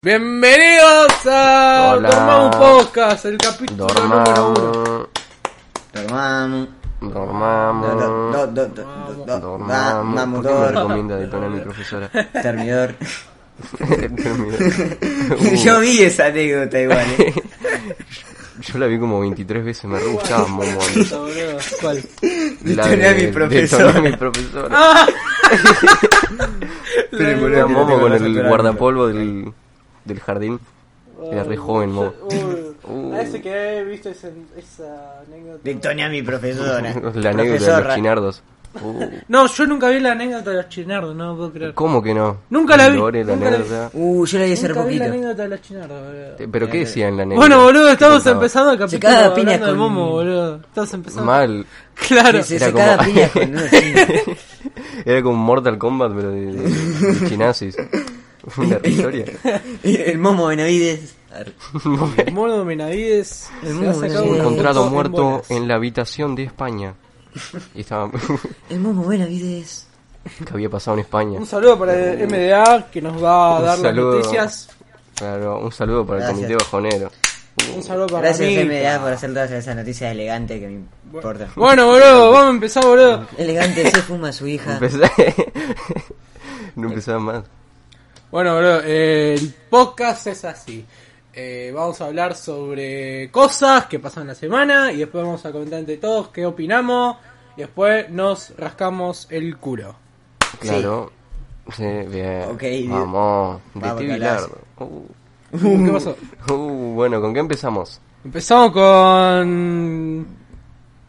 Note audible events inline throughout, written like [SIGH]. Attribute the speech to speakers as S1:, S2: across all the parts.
S1: Bienvenidos a
S2: Hola.
S1: Dormamos Podcast, el capítulo número uno.
S2: Dormamos,
S3: Dormamos.
S2: dormamos,
S3: Do- do- do- do- do- do- do- va-
S2: dormamos.
S3: Vamos,
S2: ¿Por qué me
S3: dor.
S2: recomienda de tono mi profesora? [LAUGHS]
S3: Termidor.
S2: Termina. Uh.
S3: Yo vi esa anécdota igual. eh.
S2: Yo la vi como 23 veces, me re gustaba un
S3: [LAUGHS]
S2: montón.
S1: Puta, boludo, ¿Cuál?
S2: [LAUGHS] La
S3: Detoné a mi profesora.
S2: detoné a mi
S3: [LAUGHS]
S2: profesora.
S1: Ah.
S3: Pero boludo,
S2: Era
S3: que
S2: Momo
S3: no te
S2: con
S3: vas a
S2: el
S3: aturar.
S2: guardapolvo del, del jardín. Era re joven, Momo.
S1: Uh, ese que viste esa, esa anécdota.
S3: Victoria, mi profesora.
S2: [LAUGHS] [LAUGHS] La anécdota de los chinardos. Uh,
S1: No, yo nunca vi la anécdota de los chinardos, no puedo creer.
S2: ¿Cómo que no?
S1: Nunca la vi,
S2: Lore, la
S1: nunca la vi.
S2: anécdota. Eh,
S3: Uh, yo la vi hace
S1: Nunca vi la
S3: poquito.
S1: anécdota de los chinardos, boludo.
S2: ¿Pero qué decía en la anécdota?
S1: Bueno, boludo, estamos
S2: ¿Qué contaba?
S1: empezando el capítulo
S3: caga
S1: hablando
S3: piña
S1: de
S3: con-
S1: Momo, boludo. Estamos empezando.
S2: Mal.
S1: [LAUGHS]
S2: [LAUGHS]
S1: Claro.
S3: Que se
S2: Era
S3: sacaba
S2: como- [LAUGHS]
S3: piña con unos chinos.
S2: Era como Mortal Kombat, pero de, de, de chinazis. [LAUGHS]
S3: [LAUGHS]
S2: Una re historia.
S3: El Momo Benavides. Ar-
S1: El mono Benavides
S3: El
S1: se
S3: mono
S1: ha sacado
S3: Benavides.
S1: una
S2: Encontrado
S1: foto en
S2: muerto
S1: bolas.
S2: en la habitación de España. Y estaba... [LAUGHS]
S3: El Momo Benavides.
S2: que había pasado en España.
S1: Un saludo para el MDA que nos va a
S2: Un
S1: dar
S2: saludo.
S1: las noticias.
S2: Claro, un saludo para
S3: Gracias.
S2: el comité bajonero.
S1: Un saludo para
S3: Gracias
S1: mí.
S3: FMDA por hacer todas esas noticias elegantes que me importan.
S1: Bueno, boludo, vamos a empezar, boludo.
S3: Elegante se fuma su hija.
S2: Empecé- [LAUGHS] no empezaba más.
S1: Bueno, boludo, eh, el podcast es así. Eh, vamos a hablar sobre cosas que pasan la semana y después vamos a comentar entre todos qué opinamos y después nos rascamos el culo.
S2: Claro. Sí, bien.
S3: Ok, bien.
S2: Vamos. De
S3: Vamos,
S2: T.
S3: Nicolás.
S2: Bilardo. Uh,
S1: ¿Qué pasó?
S2: uh, bueno, ¿con qué empezamos?
S1: Empezamos con.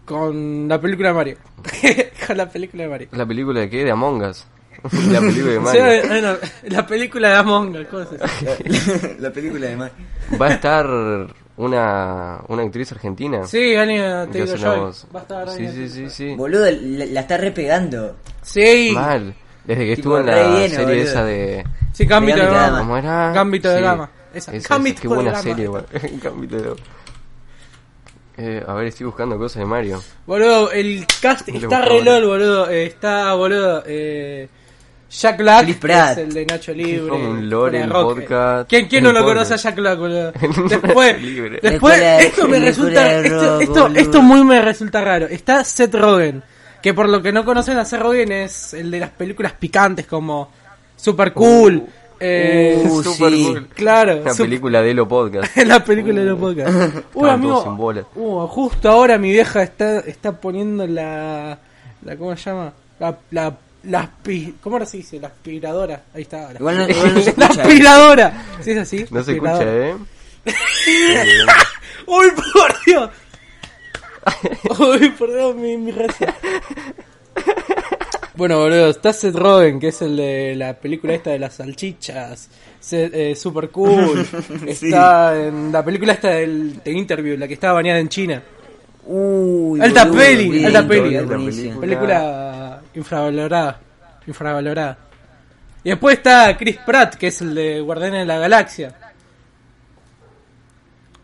S1: con la película de Mario. [LAUGHS] con la película de Mario.
S2: ¿La película de qué? ¿De Among Us? [LAUGHS] la película de
S1: O sea,
S2: Mario. Eh.
S1: eh, no, la película de Among Us, ¿cómo se dice?
S3: [LAUGHS] La película de Mario.
S2: Va a estar una, una actriz argentina.
S1: Sí, Anya
S2: que hace
S1: Taylor
S2: la
S1: Joy.
S2: voz.
S1: Va a estar
S2: Sí,
S1: Anya
S2: sí, sí, sí.
S3: Boludo, la, la está repegando.
S1: Sí,
S2: Mal. Desde que
S3: Tipo,
S2: estuvo en la
S3: re bien,
S2: serie
S3: boludo.
S2: esa de...
S1: sí, Gambito de
S3: Gambito de
S1: Dama.
S3: Dama.
S2: ¿Cómo era?
S1: Gambito de Dama. Esa.
S2: Esa, esa.
S1: Gambito
S2: Qué
S1: de
S2: buena
S1: Dama.
S2: serie, güey. [LAUGHS] Gambito de Dama. Eh, a ver, estoy buscando cosas de Mario.
S1: Boludo, el cast
S2: Le
S1: está
S2: buscaba,
S1: re
S2: boludo.
S1: lol, boludo. Eh, está, boludo, eh, Jack Black,
S3: Chris
S1: que
S3: Pratt.
S1: es el de Nacho Libre.
S2: Fue un lore,
S1: Fuera de
S2: el
S1: Rock.
S2: podcast.
S1: ¿Quién, quién no
S2: El
S1: lo
S2: podcast.
S1: conoce a Jack Black, boludo?
S2: [LAUGHS] Nacho
S1: Después,
S2: Libre.
S1: después
S3: Escuela de-
S1: esto me
S3: escuela
S1: resulta,
S3: de
S1: esto,
S3: rock,
S1: esto,
S3: boludo.
S1: esto muy me resulta raro. Está Seth Rogen, que por lo que no conocen a Seth Rogen es el de las películas picantes como Super Cool, eh,
S3: Uh,
S2: Super
S3: sí.
S2: cool.
S1: claro,
S2: Una
S1: sup-
S2: película de Elo
S1: [LAUGHS]
S2: Podcast.
S1: en la película de los podcasts. Uy,
S2: Estaban todos en
S1: amigo.
S2: bola.
S1: uh, justo ahora mi vieja está, está poniendo la, la. ¿Cómo se llama? La. la la aspi- ¿Cómo ahora se dice? La aspiradora. Ahí está. La, [LAUGHS]
S3: Igual no, igual no se
S1: la
S3: escucha.
S1: aspiradora. [LAUGHS] ¿Sí es así?
S2: No se escucha,
S1: Aspiradora.
S2: ¿eh?
S1: ¡Uy, [LAUGHS] por Dios! ¡Uy, por Dios, mi, mi raza! Bueno, boludo, está Seth Rogen, que es el de la película esta de las salchichas. Seth, eh, super
S2: [LAUGHS]
S1: cool. Está en la película esta del, de Interview, la que estaba bañada en China.
S3: Uy,
S1: Alta
S3: boludo,
S1: peli,
S3: bien,
S1: alta peli.
S3: bien,
S2: Alta peli.
S3: buenísimo.
S1: Película infravalorada. Infravalorada. Y después está Chris Pratt, que es el de Guardianes de la Galaxia.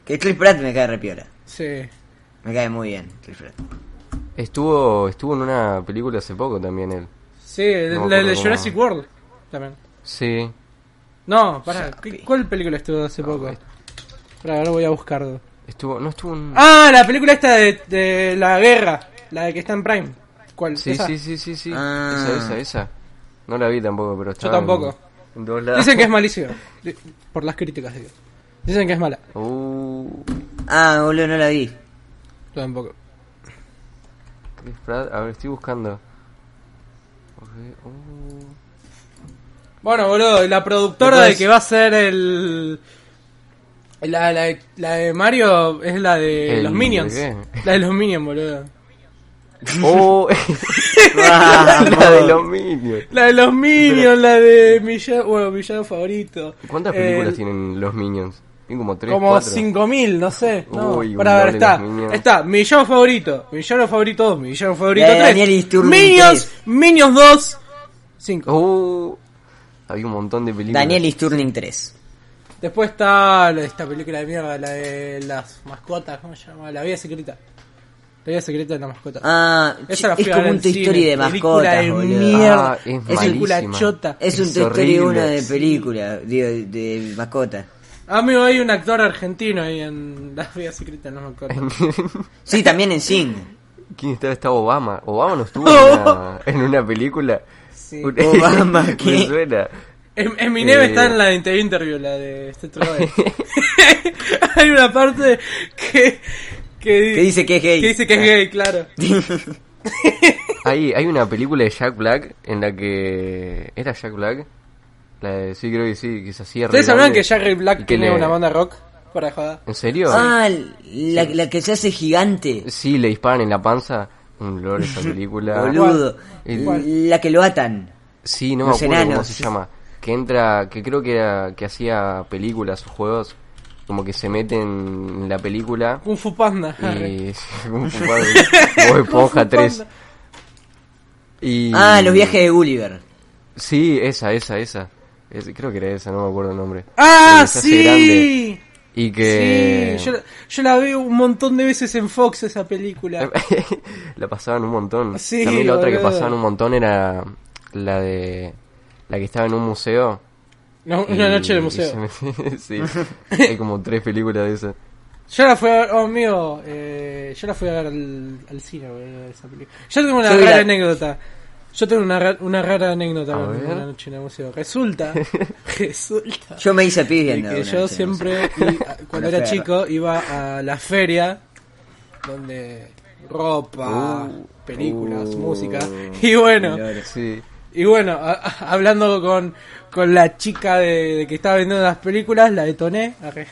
S3: Que Chris Pratt me cae repiola.
S1: Sí.
S3: Me cae muy bien, Chris Pratt.
S2: Estuvo, estuvo en una película hace poco también él.
S1: Sí, de-
S2: No me
S1: la
S2: acuerdo
S1: de
S2: cómo.
S1: Jurassic World. También.
S2: Sí.
S1: No, pará,
S3: Sapi.
S1: ¿qué- ¿cuál película estuvo
S2: Ah,
S1: hace poco? Pará, ahora voy a buscarlo.
S2: Estuvo, no estuvo en...
S1: Ah, la película esta de, de la guerra, la de que está en Prime. ¿Cuál?
S2: sí,
S1: ¿Esa?
S2: sí, sí, sí, sí.
S3: Ah.
S2: Esa, esa, esa. No la vi tampoco, pero estaba en-
S1: tampoco.
S2: En, dos lados.
S1: Dicen que es malísima. Di- Por las críticas, digo. Dicen que es mala.
S2: Uh,
S3: Ah, boludo, no la vi.
S1: Yo tampoco.
S2: Chris Pratt, a ver, estoy buscando. Ok, uh.
S1: Bueno, boludo, y la productora
S2: Después-
S1: de que va a ser el. La, la, de- la de Mario es la de
S2: El-
S1: los Minions.
S2: ¿de qué?
S1: La de los Minions, boludo.
S2: ¡Oh! [LAUGHS] la de los Minions.
S1: La de los Minions, la de mi villano, bueno, mi villano favorito.
S2: ¿Cuántas películas
S1: Eh,
S2: tienen los Minions? Tienen como tres,
S1: Como
S2: cuatro.
S1: 5000, no sé. No,
S2: Uy, un
S1: para ver,
S2: doble
S1: está.
S2: los Minions.
S1: Está, mi villano favorito, mi villano favorito 2, mi villano favorito
S3: La de
S1: 3.
S3: Eh, Daniel este Iturbe,
S1: Minions, Minions 2, 5.
S2: ¡Oh! Había un montón de películas.
S3: Daniel is Turning 3.
S1: Después está la- esta película de mierda, la de las mascotas, ¿cómo se llama? La vida secreta. La vida secreta de las mascotas.
S3: Ah,
S1: Esa la
S3: es
S1: fui a ver
S3: como
S1: en
S3: un Toy
S1: cine,
S3: Story de
S1: película
S3: mascotas,
S1: de
S3: boludo.
S1: mierda.
S2: Ah, es
S1: es película
S2: malísima.
S1: chota.
S3: Es un
S2: Es
S3: Toy Story
S2: horrible.
S3: 1 de película, digo, de mascota.
S1: Amigo, hay un actor argentino ahí en La vida secreta, no me acuerdo.
S3: Sí, también en Sing.
S2: [LAUGHS] ¿Quién estaba? Estaba Obama. Obama no estuvo en, una, en una película.
S1: Oh. Sí.
S2: Un-
S3: Obama,
S2: [LAUGHS] Me
S3: ¿qué?
S2: suena.
S1: Em- Eminem
S2: Eh.
S1: está en la de Inter- interview, la de este Troy. [LAUGHS] Hay una parte que, que, di-
S3: Que dice que es gay.
S1: que dice que es gay, claro.
S2: Hay, hay una película de Jack Black en la que. ¿Era Jack Black? La de, sí, creo que sí, que se hacía
S1: ¿Ustedes
S2: re
S1: sabían
S2: grande
S1: que Jack
S2: y
S1: Black
S2: que
S1: tiene
S2: le- Eh.
S1: una banda rock? Para joda.
S2: ¿En serio?
S3: [LAUGHS] Ah, la, la que se hace gigante,
S2: Sí, le disparan en la panza. Un lore
S1: [LAUGHS]
S2: esa película.
S3: boludo.
S2: El-
S3: La que lo atan.
S2: Sí, no me
S3: Los
S2: acuerdo cómo
S3: enanos.
S2: se llama. Que entra, que creo que era, que hacía películas o juegos, como que se meten en la película
S1: Kung Fu Panda.
S2: y [LAUGHS] Kung Fu Panda, Bob Esponja 3.
S1: Panda.
S2: Y
S3: Ah, los viajes de Gulliver.
S2: Sí, esa, esa, esa. Es- creo que era esa, no me acuerdo el nombre.
S1: ¡Ah,
S2: Que se hace grande
S1: sí!
S2: y que
S1: Sí, yo, la- yo la veo un montón de veces en Fox esa
S2: [LAUGHS]
S1: película.
S2: la pasaban un montón.
S1: Sí,
S2: También la otra que
S1: boludo.
S2: pasaban un montón era la de la que estaba en un museo.
S1: No, una
S2: y-
S1: noche en el
S2: y
S1: museo.
S2: se me- Eh, [LAUGHS]
S1: [LAUGHS]
S2: sí. Hay como tres películas de esas.
S1: Yo la fui a ver, oh mío, eh, yo la fui a ver al, al cine, boludo, esa película. Yo tengo una
S3: Yo vi
S1: rara
S3: la-
S1: anécdota. Yo tengo una, ra- una rara anécdota
S2: A
S1: con
S2: ver.
S1: una noche en el museo.
S3: [LAUGHS]
S1: Resulta, resulta
S3: Yo me hice pis
S1: de
S3: viendo.
S1: que
S3: una
S1: yo
S3: noche, no sé.
S1: siempre, i- a-
S3: Con
S1: cuando
S3: la
S1: era
S3: ferra.
S1: chico, iba a la feria donde ropa,
S2: Uh,
S1: películas,
S2: uh,
S1: música. Y bueno,
S3: Lore.
S2: Sí.
S1: y bueno, a- a- hablando con, con la chica de, de que estaba vendiendo las películas, la detoné.
S3: [LAUGHS]
S1: Arre.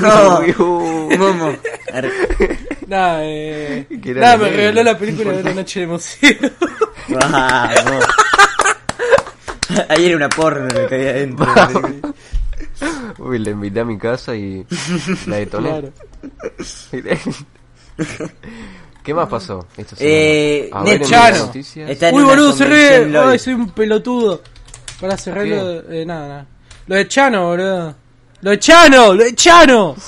S3: No.
S2: Uy, uy.
S3: Momo. Arre.
S1: Nada, eh,
S2: [LAUGHS] Que era
S1: nada,
S2: de
S1: me
S2: Lego.
S1: regaló la película de la noche de museo.
S2: [LAUGHS]
S3: Vamos. Ahí era una porno lo que había adentro.
S2: Uy, la invité a mi casa
S1: [LAUGHS]
S2: y la detoné.
S1: claro.
S2: [LAUGHS] ¿Qué más pasó? Esta semana?
S3: Eh,
S2: A ver,
S3: Ned
S2: en
S1: Chano.
S2: las noticias.
S3: Está en
S1: Uy,
S3: una
S1: boludo, cerré.
S3: convención LOL.
S1: Ay, soy un pelotudo. Para cerrar
S2: ¿Qué?
S1: lo de, eh, nada, nada. Lo de Chano, boludo. Lo de Chano, lo de Chano. [LAUGHS]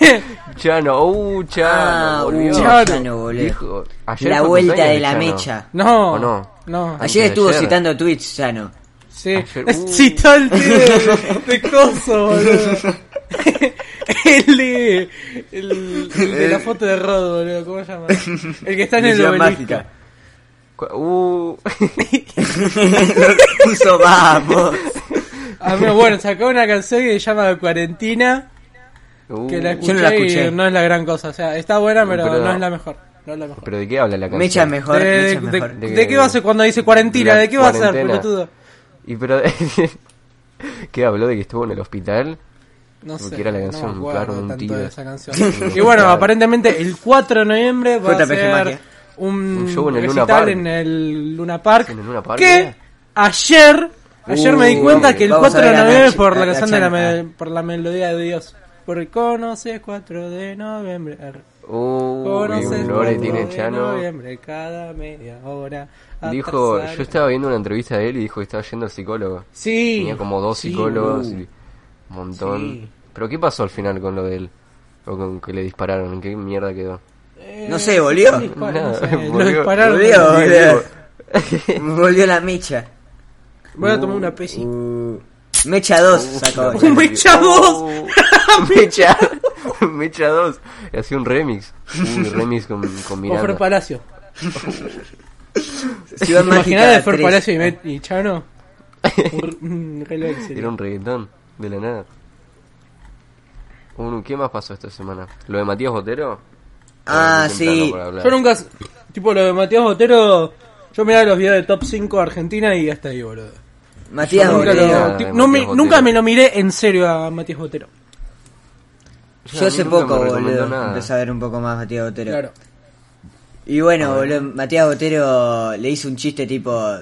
S2: [LAUGHS] Chano, uh, Chano,
S3: Ah,
S2: volvió.
S3: uh,
S1: Chano.
S3: Chano, boludo.
S2: Dijo, ayer
S3: La
S2: fue
S3: vuelta de
S2: cumpleaños
S3: la
S2: Chano.
S3: mecha.
S1: No,
S2: ¿O no?
S1: no.
S2: Ay,
S3: Ayer estuvo
S2: ayer.
S3: citando Twitch, Chano.
S1: Sí,
S2: ayer- uh.
S1: citó
S2: [LAUGHS]
S1: el tío de, de coso, boludo. el, de, el, el de
S2: Eh.
S1: la foto de Rod, boludo. ¿Cómo se
S2: [LAUGHS]
S1: llama? El que está en el
S3: Misión
S1: obelisco.
S3: mágica.
S2: Cu- Uh, [LAUGHS]
S3: Puso vamos.
S1: Ah, pero bueno, sacó una canción que se llama Cuarentena.
S2: uh,
S1: Que la escuché,
S3: Yo no la escuché.
S1: y no es la gran cosa. O sea, está buena, pero,
S2: Pero-
S1: no es la mejor. No es la mejor.
S2: Pero de qué habla la canción?
S3: Mecha es mejor,
S1: de,
S3: mecha es
S1: de-
S3: mejor.
S1: de- ¿de qué va a ser cuando dice cuarentena?
S2: La
S1: ¿De qué va a ser,
S2: cuarentena.
S1: pelotudo?
S2: Y pero [LAUGHS] ¿Qué habló de que estuvo en el hospital?
S1: No sé.
S2: Porque era la
S1: no
S2: canción,
S1: me acuerdo
S2: claro, de un
S1: tanto
S2: tiro.
S1: de esa
S2: [LAUGHS]
S1: canción. y bueno, aparentemente el 4 de noviembre va a
S3: JPG
S1: ser
S3: Magia.
S1: un,
S2: ¿eh? Un show en el Luna
S1: recital
S2: Park.
S1: en el Luna Park.
S2: En el Luna Park,
S1: que
S2: ¿eh?
S1: ayer, ayer me di
S3: Uh,
S1: cuenta que el
S3: vamos a
S1: 4 de
S3: ver a
S1: noviembre es
S3: Nachi-
S1: por la
S3: a- a
S1: canción de la,
S3: Chana.
S1: me- por la melodía de Dios. Porque conoces 4 de noviembre. Arre.
S2: Uh,
S1: Conoces
S2: qué
S1: el
S2: honores
S1: cuatro
S2: tiene
S1: de
S2: Chano.
S1: noviembre, cada media hora. a
S2: Dijo,
S1: pasar-
S2: yo estaba viendo una entrevista de él y dijo que estaba yendo al psicólogo.
S1: Sí.
S2: Tenía como dos
S1: sí,
S2: psicólogos
S1: boludo.
S2: y un montón.
S1: Sí.
S2: Pero ¿qué pasó al final con lo de él? O con que le dispararon, ¿en qué mierda quedó?
S1: Eh,
S3: No sé, volvió.
S1: sí, dispara- no
S2: [LAUGHS] Nada,
S1: sé, Lo
S2: volvió.
S1: dispararon.
S3: Volvió,
S1: Voy
S3: boludo. Volvió la mecha.
S1: a tomar una pesi. [LAUGHS]
S3: Uh, mecha 2 sacó.
S1: Uh,
S3: ahora.
S1: Mecha
S2: Oh,
S1: [LAUGHS] Ah,
S2: Mecha, [LAUGHS] Mecha 2. Y hacía un remix. Un remix
S1: [LAUGHS]
S2: con, con
S1: Con Fer
S2: Miranda.
S1: Palacio.
S3: Ciudad
S1: ¿Te imaginás de Fer
S3: tres.
S1: Palacio y, Met- y Chano? Un
S2: [LAUGHS]
S1: re- Un reloj. sí.
S2: Era un reggaetón, de la nada. Uh, ¿Qué más pasó esta semana? ¿Lo de Matías Botero?
S3: Ah,
S2: Muy temprano
S3: sí.
S2: para hablar.
S1: Yo nunca. Tipo lo de Matías Botero. Yo miraba los videos de top 5 de Argentina y hasta ahí, boludo.
S3: Matías
S2: Yo
S1: Nunca, lo-
S2: miraba
S3: Botero.
S2: de
S1: ti- no me-
S2: Matías Botero.
S1: nunca me lo miré en serio a Matías Botero.
S2: O sea,
S3: Yo
S2: a mí
S3: hace
S2: nunca me
S3: poco,
S2: recomendó
S3: boludo,
S2: nada.
S3: empecé a ver un poco más Matías Botero.
S1: Claro.
S3: Y bueno, boludo, Matías Botero le hizo un chiste tipo.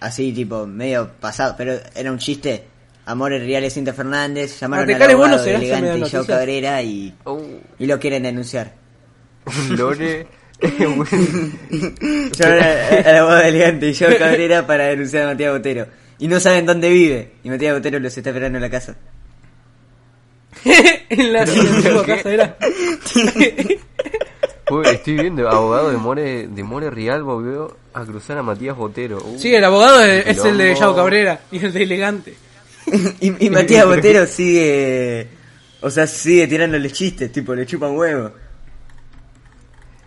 S3: Así, tipo, medio pasado, pero era un chiste. Amores reales, Cinta Fernández, llamaron
S1: te
S3: al
S1: cae
S3: abogado
S1: bueno,
S3: de
S1: serás medio
S3: elegante
S1: noticia.
S3: Joe Cabrera y,
S2: Oh,
S3: y lo quieren denunciar.
S2: Lore. [LAUGHS] Bueno,
S3: Llamaron al al abogado de elegante y Joe Cabrera para denunciar a Matías Botero. Y no saben dónde vive. Y Matías Botero los está esperando en la casa. [LAUGHS]
S1: [LAUGHS] en la antigua casa
S2: [LAUGHS]
S1: era.
S2: uy, estoy viendo, abogado de More, de More Rialbo, veo a cruzar a Matías Botero. Uh,
S1: Sí, el abogado es, es el de
S2: Quilombo.
S1: Yao Cabrera y el de Elegante.
S3: y, y Matías Botero sigue. O sea, sigue tirándoles chistes, tipo, le chupan huevo.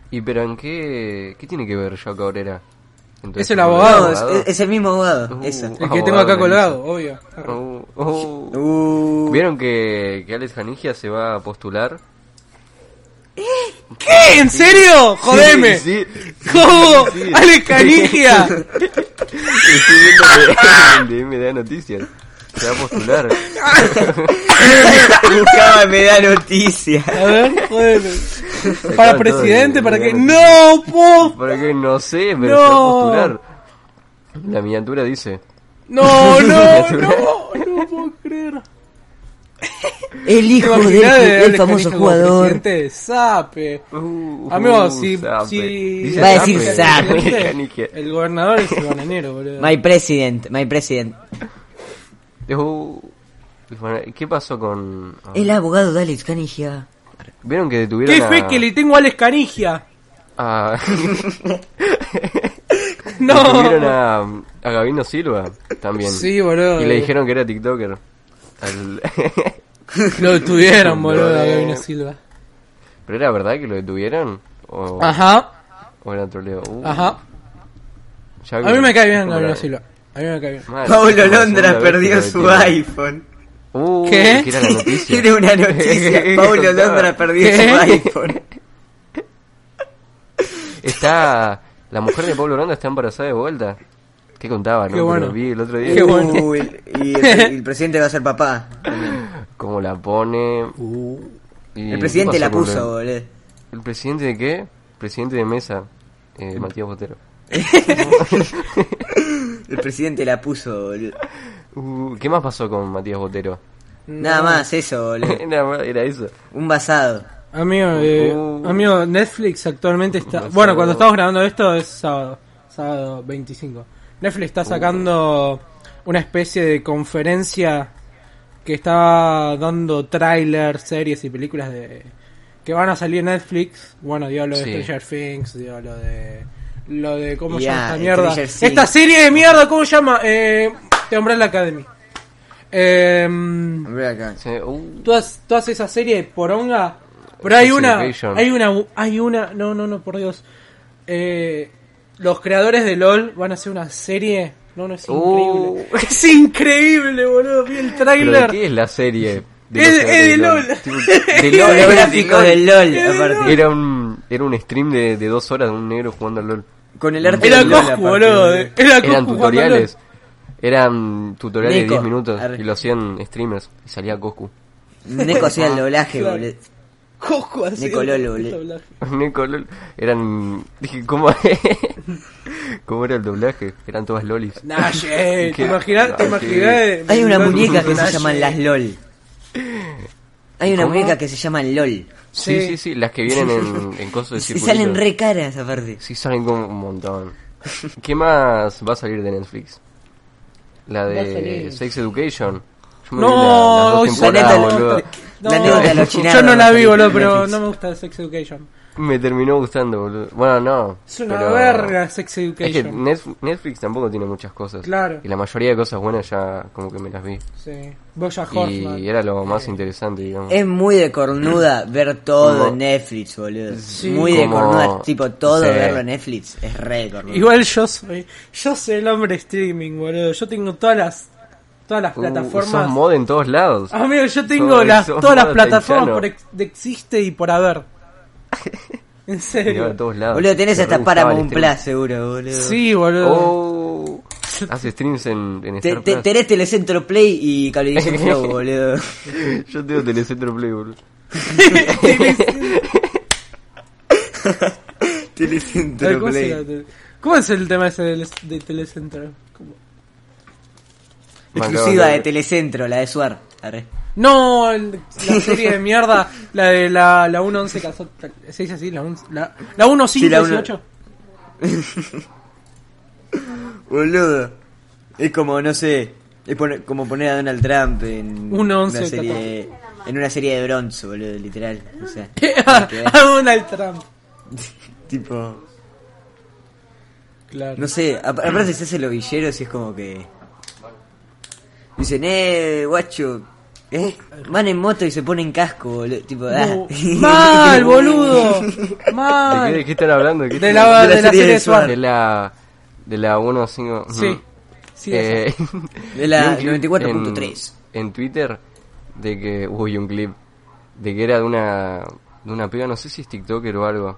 S2: ¿Y pero en qué, qué tiene que ver Joao Cabrera? Entonces,
S1: Es el
S2: ¿no
S1: abogado.
S3: No, es, e-, es el mismo abogado,
S2: Ah, Uh,
S3: eso.
S1: El que tengo acá
S2: Abogado,
S1: colgado, obvio.
S2: Oh, oh.
S3: Uh,
S2: ¿Vieron que, que Alex Janigia se va a postular?
S1: ¿Qué? ¿En serio? Jodeme.
S2: [LAUGHS] Sí,
S1: ¿Cómo?
S2: Sí.
S1: ¡Ale
S2: [LAUGHS]
S1: Canigia!
S2: Estoy viendo que [LAUGHS] en DM me da noticias. Se va a postular.
S3: Buscaba, me da noticia.
S1: A ver, jodeme. ¿Para
S2: todo
S1: presidente?
S2: el-
S1: ¿Para qué?
S2: el-
S1: ¡No, po!
S2: Para que no sé, pero
S1: No.
S2: se va a postular. La miniatura dice. [LAUGHS]
S1: No, no, no, no puedo creer.
S3: El
S1: ¿Te
S3: hijo del,
S1: imaginás de
S3: del
S1: Alex
S3: famoso
S1: Canigia como
S3: jugador.
S1: presidente de Sape.
S2: Uh,
S1: Amigo,
S2: uh,
S1: si,
S2: Zape.
S1: si-
S2: Dice
S3: Va a
S2: [LAUGHS]
S3: decir
S2: Zape.
S1: Zape.
S2: Janigia.
S1: El gobernador es el bananero, boludo.
S3: My president, my president.
S2: Uh, bueno, ¿Qué pasó con...? ah,
S3: El abogado de Alex Canigia.
S2: ¿Vieron que detuvieron
S1: ¡Qué
S2: a...?
S1: fe que le tengo a Alex Canigia! [LAUGHS]
S2: a- [LAUGHS] Detuvieron
S1: No.
S2: a, a Gabino Silva también.
S1: Sí, boludo.
S2: Y le dijeron que era TikToker. Al- [LAUGHS]
S1: Lo detuvieron, boludo, a
S2: Boludo.
S1: Gabino Silva.
S2: Pero era verdad que lo detuvieron. O,
S1: Ajá,
S2: o era troleo. Uh,
S1: ajá.
S2: ya
S1: A
S2: que-
S1: mí me cae bien
S2: como
S1: Gabino
S2: la-
S1: Silva. A mí me cae bien.
S2: Mal, como la
S3: Pablo
S2: segunda
S3: Ah, Londra
S2: vez que
S3: perdió
S2: lo
S3: su
S2: detuvieron.
S3: iPhone.
S2: Uh,
S1: ¿Qué?
S2: que era la
S3: [LAUGHS]
S2: noticia.
S3: Tiene
S1: [LAUGHS]
S3: una noticia.
S2: [LAUGHS]
S3: Pablo Londra perdió
S1: ¿Qué?
S3: su iPhone.
S2: Está. La mujer de Pablo Londra está embarazada de vuelta. ¿Qué contaba, no?
S1: Qué bueno.
S2: Pero vi el otro día.
S1: Qué bueno.
S3: Uy, y Uh,
S1: [LAUGHS]
S3: el, el presidente va a ser papá.
S2: Cómo la pone.
S1: Uh.
S2: Y
S3: El presidente
S2: ¿qué
S3: la
S2: pasó con
S3: puso,
S2: el-
S3: boludo.
S2: ¿El presidente de qué? Presidente de mesa. Eh, Matías Botero.
S3: El presidente la puso, boludo.
S2: Uh, ¿Qué más pasó con Matías Botero?
S3: Nada más eso, boludo.
S2: Nada más, [LAUGHS] era eso.
S3: Un basado.
S1: Amigo, eh,
S2: Uh.
S1: amigo, Netflix actualmente está...
S2: Basado.
S1: Bueno, cuando estamos grabando esto es sábado, sábado 25. Netflix está sacando una especie de conferencia que está dando trailers, series y películas de que van a salir en Netflix. Bueno, dio lo de
S2: Sí.
S1: Stranger Things, dio lo de... Lo de cómo
S3: Ya,
S1: se llama esta
S3: Stranger
S1: mierda.
S3: Things.
S1: Esta serie de mierda, ¿cómo se llama? Eh, The Umbrella Academy. Eh,
S3: Hombre, acá.
S2: Se- uh,
S1: todas, todas esas series de poronga. Pero hay
S2: Sex
S1: una,
S2: Education.
S1: hay una, hay una, no, no, no, por Dios. Eh, los creadores de LOL van a hacer una serie. No, no, es
S2: Uh.
S1: increíble. [LAUGHS] Es increíble, boludo. Vi el
S2: ¿Pero de
S1: trailer.
S2: qué es la serie?
S1: Es-
S2: los
S1: es
S2: creadores
S1: de LOL.
S2: Tipo,
S1: [LAUGHS]
S2: de LOL,
S3: Los
S2: era
S3: gráficos
S2: de
S3: del LOL,
S1: Eh,
S3: aparte.
S2: LOL. Era un, era un stream de, de dos horas de un negro jugando al LOL.
S3: Con el arte
S1: Era
S3: del LOL,
S1: Coscu,
S3: aparte,
S1: boludo. eh.
S3: boludo.
S1: Era Coscu
S2: Eran
S1: jugando
S2: tutoriales. Eran tutoriales de
S3: Nico.
S2: 10 minutos
S3: Arre.
S2: y lo hacían streamers. Y salía Coscu.
S3: Neko hacía el doblaje,
S1: Claro.
S3: boludo.
S1: LOL. Coscu así.
S3: Nico Lolo, boludo.
S1: doblaje.
S2: [LAUGHS] Nico, LOL. Eran. [LAUGHS] Dije, ¿cómo, ¿cómo era el doblaje? Eran todas lolis. [LAUGHS]
S1: Naye,
S2: Qué Ah,
S1: ¿te imaginas? ¿Te eh,
S2: naye.
S1: imaginas?
S3: Hay una muñeca que se
S1: Naye.
S3: llama Las LOL. Hay una
S2: ¿Cómo?
S3: muñeca que se llama LOL.
S2: Sí,
S1: Sí.
S2: sí, sí, las que vienen en,
S1: [LAUGHS]
S2: en cosas de
S3: Y
S2: circulito.
S3: salen re caras aparte.
S2: Sí, salen como un montón. ¿Qué más va a salir de Netflix? La
S1: Va a salir.
S2: de Sex Education. Yo me vi la- las
S1: No,
S2: dos
S1: hoy salió-
S2: temporadas,
S3: la neta,
S2: boludo.
S1: No,
S3: La neta, los
S1: yo
S3: chinardos
S1: no la vi,
S3: salieron
S1: boludo,
S3: en
S1: pero
S3: Netflix.
S1: no me gusta Sex Education.
S2: Me terminó gustando, boludo. Bueno, no.
S1: Es una
S2: pero-
S1: verga Sex
S2: Es que
S1: Education.
S2: Netf- Netflix tampoco tiene muchas cosas.
S1: Claro.
S2: Y la mayoría de cosas buenas ya como que me las vi.
S1: Sí. Bojack Horseman.
S2: Y era lo
S1: Eh.
S2: más interesante, digamos.
S3: Es muy de cornuda ver todo
S2: Como-
S3: en Netflix, boludo.
S2: Sí,
S3: muy de
S2: como-
S3: cornuda, tipo todo
S2: Sí.
S3: verlo en Netflix es re de cornuda.
S1: Igual yo soy, yo soy el hombre streaming, boludo. Yo tengo todas las, todas las
S2: Uh, sos
S1: plataformas.
S2: mod en todos lados.
S1: Amigo, yo tengo
S2: Sos-
S1: las,
S2: sos
S1: todas las
S2: modo
S1: plataformas
S2: tainchano.
S1: por ex- de existe y por
S2: [LAUGHS]
S1: haber. En
S2: Mirá,
S1: serio.
S2: a todos lados.
S3: Boludo, tenés
S2: Me re
S3: hasta
S2: gustaba el
S3: Paramount
S2: streaming.
S3: Plus seguro, boludo.
S1: Sí, boludo.
S2: este Oh, hace streams en, en
S3: Te,
S2: Star
S3: te-
S2: Plus.
S3: tenés Telecentro Play y Cablevisión Flow, boludo.
S2: [LAUGHS] Yo tengo Telecentro Play, boludo.
S3: Telecentro
S1: ¿Cómo, se
S3: Play.
S1: llama? ¿Cómo es el tema ese del, del Telecentro? ¿Cómo?
S3: Exclusiva de Telecentro, la de Suar. Arre.
S1: No, el-
S2: [LAUGHS]
S1: la serie de mierda, la de la, la 111 casó- ¿se dice así? La, un- la, la 15
S3: Sí, la uno-
S1: 18.
S3: Boludo. Es como, no sé, es pone- como poner a Donald Trump en
S1: Un once,
S3: una serie en una serie de bronce, boludo, literal. O sea,
S1: A [LAUGHS] Donald Trump.
S3: tipo,
S1: Claro.
S3: no sé, ap- aparte se hace los villeros y es como que dicen, "Eh, guacho, eh, van en moto y se ponen casco, boludo", tipo, ah.
S1: No.
S2: [LAUGHS]
S1: [LAUGHS] Mal, boludo.
S2: ¿De qué, de
S1: Mal.
S2: qué están hablando? ¿De, qué
S1: De
S2: están-
S1: la, de la serie de
S3: Suar.
S1: Suar.
S2: de la de la 1.5
S1: Sí. Sí, de
S2: Eh,
S1: esa.
S3: De la
S2: vi un clip
S3: 94.3.
S2: en, en Twitter de que uy un clip de que era de una de una piba no sé si es TikToker o algo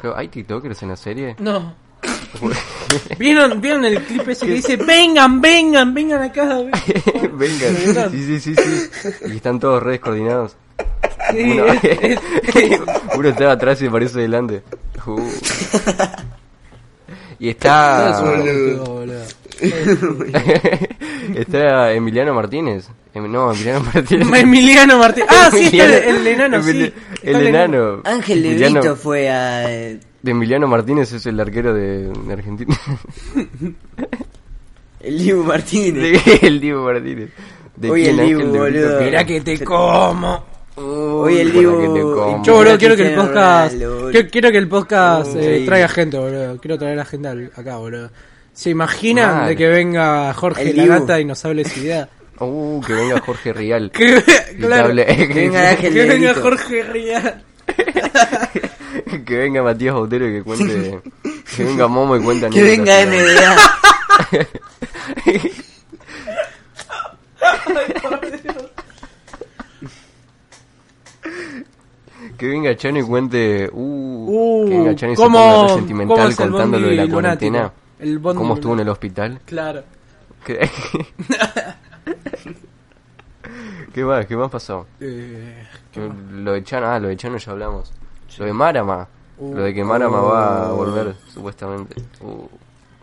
S2: creo hay TikTokers en la serie
S1: No. ¿Vieron, ¿Vieron el clip ese que dice, vengan, vengan, vengan
S2: [LAUGHS]
S1: acá?
S2: [LAUGHS] venga sí sí sí sí y están todos re descoordinados
S1: Sí,
S2: uno, [LAUGHS]
S1: es- es- es-
S2: uno está atrás y parece delante
S1: [LAUGHS]
S2: Uh. y está
S1: es un boludo, boludo.
S2: [LAUGHS] Está Emiliano Martínez. Em-
S1: [LAUGHS]
S2: No, Emiliano Martínez.
S1: Emiliano Martínez. Ah, [LAUGHS] sí, está el,
S2: Emiliano-
S1: el enano, sí.
S2: Emili-
S1: Está
S2: El enano.
S3: Ángel
S2: Emiliano-
S3: Lebrito fue a eh,
S2: de Emiliano Martínez es el arquero de, de
S3: [LAUGHS]
S2: Argentina.
S3: el Liu Martínez.
S2: De- el Diego Martínez. De
S3: Oye,
S2: quién,
S3: el Dibu,
S2: Ángel Lebrito.
S3: boludo.
S1: Mirá que te como.
S3: Hoy el
S2: Bueno,
S3: Dibu-
S2: que te como.
S1: Yo, boludo,
S3: Mirá
S1: quiero que el
S3: Cristiano
S1: podcast.
S3: Ronaldo, boludo.
S1: Quiero, quiero que el podcast eh,
S3: Increíble.
S1: traiga gente, boludo. Quiero traer a gente al- acá, boludo. ¿Se imaginan
S2: Mal.
S1: de que venga Jorge
S3: El Dibu.
S1: Lagata y nos hable su idea?
S2: Uh, que venga Jorge
S1: [LAUGHS]
S2: Rial.
S1: Que,
S2: Y te
S1: claro, [LAUGHS]
S2: hable-
S1: que
S3: Que venga Ángel
S1: venga
S3: Lebrito.
S1: Jorge Rial.
S2: que venga Matías Botero y que cuente. que venga Momo y cuente
S3: [LAUGHS] Que
S1: [LAUGHS]
S3: venga
S2: anécdotas.
S3: MDA.
S2: Que venga Chano y cuente. Uh,
S1: Uh,
S2: que venga Chano y
S1: ¿cómo-
S2: se ponga re
S1: cómo
S2: sentimental
S1: es el
S2: contando lo de
S1: bondi
S2: la
S1: lunático?
S2: cuarentena.
S1: El bondi
S2: ¿Cómo estuvo en
S1: lunático.
S2: el hospital? [LAUGHS]
S1: Claro.
S2: ¿Qué,
S1: [LAUGHS]
S2: ¿Qué más? ¿Qué más pasó?
S1: Eh,
S2: Lo de Chano, ah, lo de Chano ya hablamos. Lo de Marama.
S1: Uh.
S2: lo de que Marama va a volver, supuestamente. Uh, uh.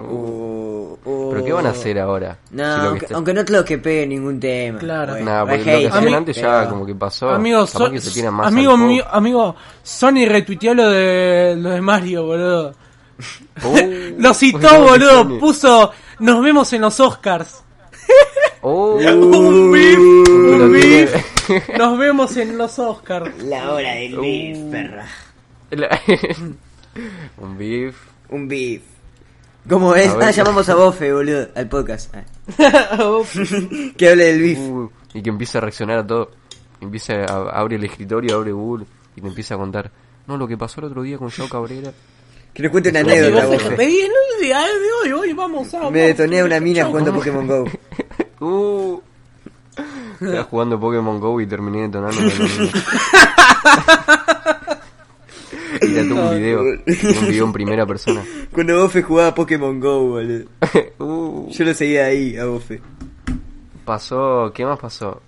S3: Uh, uh.
S2: ¿Pero qué van a hacer ahora?
S3: No,
S2: Si lo que
S3: aunque,
S2: está-
S3: aunque no te lo que pegue ningún tema.
S1: Claro.
S2: Nah, porque
S3: hay
S2: lo
S3: hate,
S2: que hacían
S3: pero-
S2: antes ya como que pasó.
S1: amigos,
S2: Capaz
S1: son-
S2: que se tiran más
S1: amigo,
S2: al
S1: mío- amigo, Sony retuiteó lo de, lo de Mario, boludo.
S2: pop. Uh,
S1: [LAUGHS] Lo citó,
S2: bueno,
S1: boludo.
S2: Sony.
S1: Puso, nos vemos en los Oscars. [LAUGHS]
S2: Oh,
S1: Un beef,
S2: lo
S1: un
S2: tiene-
S1: beef. Nos vemos en los Oscars.
S3: [LAUGHS] La hora
S2: Uh.
S3: del beef, perra.
S2: [LAUGHS] la- [LAUGHS] un beef.
S3: Un beef. ¿Cómo es?
S2: A ver.
S3: Ah, llamamos a Bofe, boludo, al podcast. Ah. que hable del beef.
S2: Uh, y que empieza a reaccionar a todo. Empieza a, abre el escritorio, abre Google y te empieza a contar. No, lo que pasó el otro día con Joe Cabrera.
S3: Que nos cuente una
S2: Sí,
S3: anécdota,
S2: Bofe.
S3: Bofe.
S1: Pedí en el día de hoy, hoy vamos a...
S3: Me detoné a una mina jugando a Pokémon Go.
S2: Uh, estaba jugando Pokémon Go y terminé detonando.
S3: [LAUGHS]
S2: y trató un video. y Un video en primera persona. [LAUGHS]
S3: Cuando Bofe jugaba a Pokémon Go, boludo.
S2: Uh,
S3: Yo lo seguía ahí, a Bofe.
S2: pasó. ¿Qué más pasó?